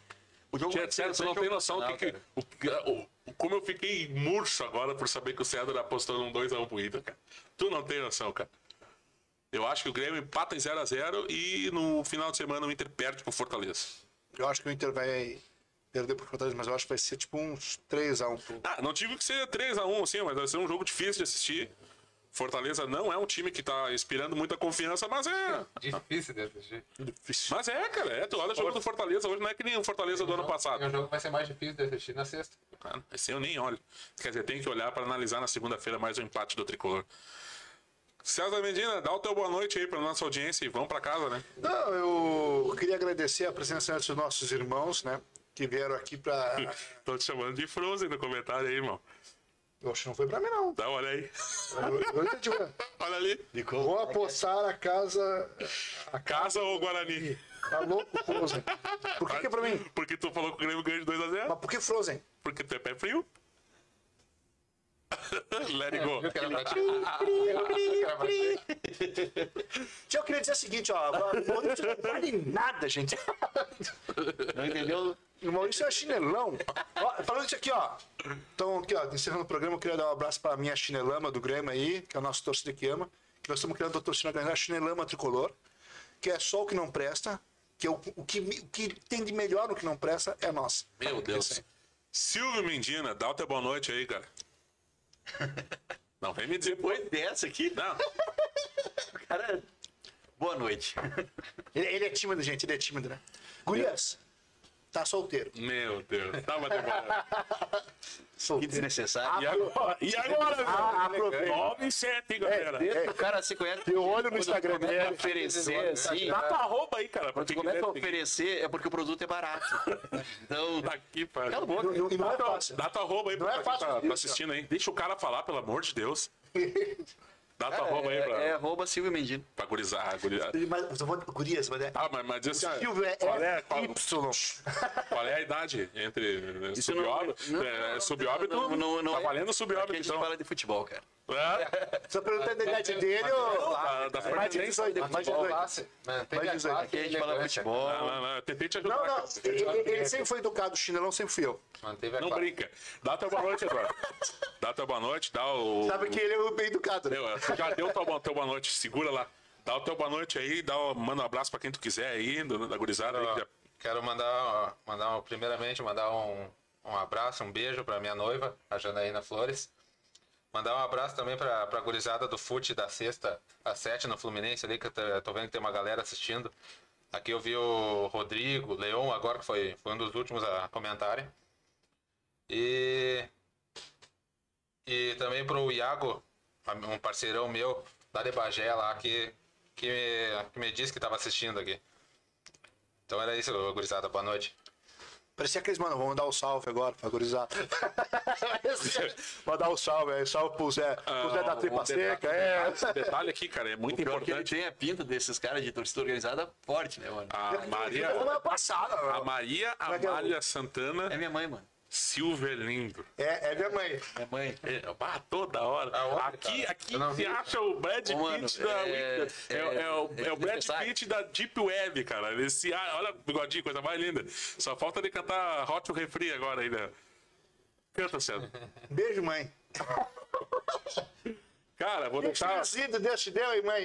Speaker 4: O jogo
Speaker 1: Tia, sério, você não tem noção do
Speaker 4: do
Speaker 1: que, que- o, que- o- o- como eu fiquei murcho agora por saber que o Cedro apostou num 2x1 pro Inter, cara. Tu não tem noção, cara. Eu acho que o Grêmio empata em 0x0 e no final de semana o Inter perde pro Fortaleza.
Speaker 2: Eu acho que o Inter vai perder por Fortaleza, mas eu acho que vai ser tipo uns 3x1 pro
Speaker 1: Ah, não tive que ser 3x1, assim, mas vai ser um jogo difícil de assistir. Fortaleza não é um time que tá inspirando muita confiança, mas é.
Speaker 3: difícil de assistir.
Speaker 2: difícil.
Speaker 1: Mas é, cara. É, tu olha o jogo do Fortaleza hoje, não é que nem o Fortaleza do ano passado.
Speaker 3: O jogo vai ser mais difícil de assistir na sexta.
Speaker 1: Ah, Esse eu nem olho. Quer dizer, tem que olhar para analisar na segunda-feira mais um empate do tricolor. César Medina, dá o teu boa noite aí para nossa audiência e vamos para casa, né?
Speaker 2: Não, eu queria agradecer a presença dos nossos irmãos, né? Que vieram aqui pra.
Speaker 1: Tô te chamando de Frozen no comentário aí, irmão.
Speaker 2: Eu acho que não foi pra mim, não.
Speaker 1: Dá uma olha aí.
Speaker 2: Eu, eu entendi, né?
Speaker 1: Olha ali.
Speaker 2: Vou apostar a casa.
Speaker 1: Casa ou Guarani?
Speaker 2: Tá louco, Frozen. Por que, que é pra mim?
Speaker 1: Porque tu falou que o Grêmio ganha de 2x0?
Speaker 2: Mas por que Frozen?
Speaker 1: Porque tu é pé frio? (laughs) Let it go.
Speaker 2: É.
Speaker 3: Viu que era
Speaker 1: (laughs)
Speaker 3: pra (laughs) ti? Era pra ti.
Speaker 2: Tia, eu queria dizer o seguinte, ó. o Maurício não vale nada, gente.
Speaker 4: Não entendeu?
Speaker 2: O Maurício é chinelão. Ó, falando isso aqui, ó. Então, aqui, ó, encerrando o programa, eu queria dar um abraço pra minha chinelama do Grêmio aí, que é o nosso torcedor que ama. Que nós estamos criando a torcida organizada, a chinelama tricolor, que é só o que não presta. Que é o, o que, me- o que tem de melhor no que não presta é nós.
Speaker 1: Meu Deus. Silvio Mendina, dá o teu boa noite aí,
Speaker 2: (laughs)
Speaker 1: cara. Não vem me dizer,
Speaker 4: Depois dessa aqui,
Speaker 1: Não.
Speaker 4: cara. Boa noite.
Speaker 2: Ele, ele é tímido, gente, ele é tímido, né? Gurias, tá solteiro.
Speaker 1: Meu Deus. Tava demorando.
Speaker 4: Que
Speaker 2: Solteiro.
Speaker 1: E
Speaker 4: desnecessário.
Speaker 1: agora? E agora,
Speaker 2: Ah,
Speaker 1: velho?
Speaker 2: aproveita. É,
Speaker 1: 9 e 7, galera.
Speaker 2: ah,
Speaker 4: O cara se conhece.
Speaker 2: Eu olho no
Speaker 4: Quando
Speaker 2: Instagram
Speaker 4: começa
Speaker 2: dele.
Speaker 4: a oferecer assim.
Speaker 1: Dá pra roupa aí, cara. Pra
Speaker 4: Quando
Speaker 1: quem
Speaker 2: é
Speaker 4: começa
Speaker 1: quiser
Speaker 4: a
Speaker 1: seguir.
Speaker 4: oferecer é porque o produto
Speaker 1: (laughs)
Speaker 4: é barato. Então.
Speaker 1: Tá aqui, pai.
Speaker 4: Cala a
Speaker 2: Não,
Speaker 4: boca.
Speaker 2: não- não é fácil.
Speaker 1: Dá tua roupa aí
Speaker 2: Não
Speaker 1: pra
Speaker 2: é
Speaker 1: quem
Speaker 2: fácil
Speaker 1: tá,
Speaker 2: isso,
Speaker 1: tá assistindo aí. Deixa o cara falar, pelo amor de Deus. Dá tua roupa aí
Speaker 4: É,
Speaker 1: pra,
Speaker 4: é arroba Silvio Mendino.
Speaker 1: pra gurizar. ah, gurizar.
Speaker 2: Mas eu vou. Gurias, mas é.
Speaker 1: Ah, mas, mas diz assim,
Speaker 2: Silvio é
Speaker 1: qual, é, qual,
Speaker 2: Y.
Speaker 1: qual é a idade entre
Speaker 4: Isso não-
Speaker 1: subóbito?
Speaker 4: não-
Speaker 1: É,
Speaker 4: não-
Speaker 1: subóbito?
Speaker 4: não- não- não
Speaker 1: tá
Speaker 4: é.
Speaker 1: valendo subóbito,
Speaker 4: Aqui a gente
Speaker 1: então.
Speaker 4: fala de futebol, cara.
Speaker 1: É, Ah,
Speaker 2: Só perguntar da idade dele
Speaker 4: é
Speaker 1: da,
Speaker 2: ou.
Speaker 1: da
Speaker 2: É Mais de
Speaker 1: Fluminense.
Speaker 2: 18, mais de 18.
Speaker 3: classe. Manteve
Speaker 2: Mas
Speaker 3: a
Speaker 2: diz aí,
Speaker 4: Aqui
Speaker 3: classe
Speaker 4: a gente fala
Speaker 3: elegante.
Speaker 4: futebol.
Speaker 1: Não, não, não, eu tentei te ajudar.
Speaker 2: Não, não,
Speaker 1: cara.
Speaker 2: ele, ele sempre foi educado, o chinelão sempre fui eu.
Speaker 3: Manteve a
Speaker 1: Não
Speaker 3: classe.
Speaker 1: brinca. Dá tua boa noite, Eduardo. Dá tua boa noite, dá o.
Speaker 2: Sabe que ele é o bem educado, né?
Speaker 1: Meu, já deu tua, bo- teu boa noite, segura lá. Dá o teu boa noite aí, dá, o- manda um abraço pra quem tu quiser aí, do- da gurizada. aí que já-
Speaker 3: Quero mandar, mandar um- primeiramente, mandar um, um abraço, um beijo pra minha noiva, a Janaína Flores. Mandar um abraço também pra, pra gurizada do FUT da sexta às sete no Fluminense ali, que eu tô- eu tô vendo que tem uma galera assistindo. Aqui eu vi o Rodrigo, o Leon, agora que foi, foi um dos últimos a comentarem. E, e também pro Iago, am- um parceirão meu, lá de Bagé lá, que, que, me, que me disse que tava assistindo aqui. Então era isso, gurizada. Boa noite.
Speaker 2: Parecia aqueles, mano, vamos dar o um salve agora pra gurizada. Vou dar o um salve aí, salve pro Zé, pro Zé da
Speaker 4: o
Speaker 2: Tripa
Speaker 4: Zé da
Speaker 2: Seca, é.
Speaker 1: Detalhe aqui, cara, é muito
Speaker 4: Pior que ele
Speaker 1: importante.
Speaker 4: tem a pinta desses caras de torcida organizada forte, né, mano?
Speaker 1: A Maria,
Speaker 2: Semana passada,
Speaker 1: a
Speaker 2: mano.
Speaker 1: Maria
Speaker 2: é que é o-
Speaker 1: Amália
Speaker 4: É
Speaker 1: Santana
Speaker 4: minha mãe, mano.
Speaker 1: Silverlindo.
Speaker 2: É, é minha mãe.
Speaker 4: Minha mãe.
Speaker 1: É, bah, toda hora.
Speaker 3: Aonde,
Speaker 1: aqui
Speaker 3: Ah, cara?
Speaker 1: aqui
Speaker 3: Eu não
Speaker 1: se
Speaker 3: vi.
Speaker 1: acha o Brad
Speaker 4: Ô, mano,
Speaker 1: Pitt da
Speaker 4: é-
Speaker 1: Wicca. é, é,
Speaker 4: é-
Speaker 1: o, é o
Speaker 4: é
Speaker 1: Brad
Speaker 4: necessário.
Speaker 1: Pitt da Deep Web, cara. Ele se, ah, olha, bigodinho, coisa mais linda. Só falta ele cantar Hot o Refri agora ainda. Canta,
Speaker 3: (laughs)
Speaker 1: Sandro.
Speaker 2: Beijo, mãe.
Speaker 1: Cara, vou deixar.
Speaker 2: Esquecido desse deu, hein, mãe?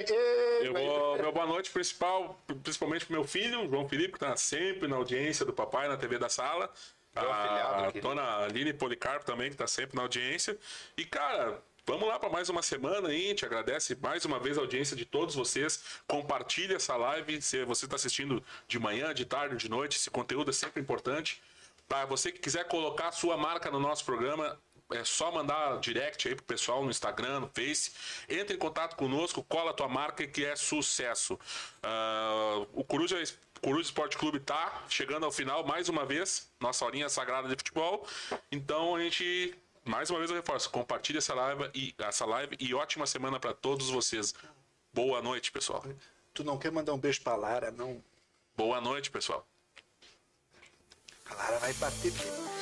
Speaker 2: Ei,
Speaker 3: É,
Speaker 1: Tá. Eu
Speaker 2: mãe.
Speaker 1: vou, meu boa noite principal, principalmente pro meu filho, João Felipe, que tá sempre na audiência do papai na TV da sala.
Speaker 3: afilhado,
Speaker 1: A,
Speaker 3: querido.
Speaker 1: dona Aline Policarpo também, que tá sempre na audiência. E, cara, vamos lá para mais uma semana aí. A gente agradece mais uma vez a audiência de todos vocês. Compartilhe essa live, se você está assistindo de manhã, de tarde, de noite. Esse conteúdo é sempre importante. Para você que quiser colocar a sua marca no nosso programa, é só mandar direct aí pro pessoal no Instagram, no Face. Entre em contato conosco, cola a tua marca que é sucesso. Ah, o Coruja, Coruja Esporte Clube tá chegando ao final mais uma vez, nossa horinha sagrada de futebol. Então a gente mais uma vez eu reforço, compartilha essa live e essa live e ótima semana para todos vocês. Boa noite, pessoal.
Speaker 2: Tu não quer mandar um beijo pra Lara, não?
Speaker 1: Boa noite, pessoal.
Speaker 2: A Lara vai bater. porque-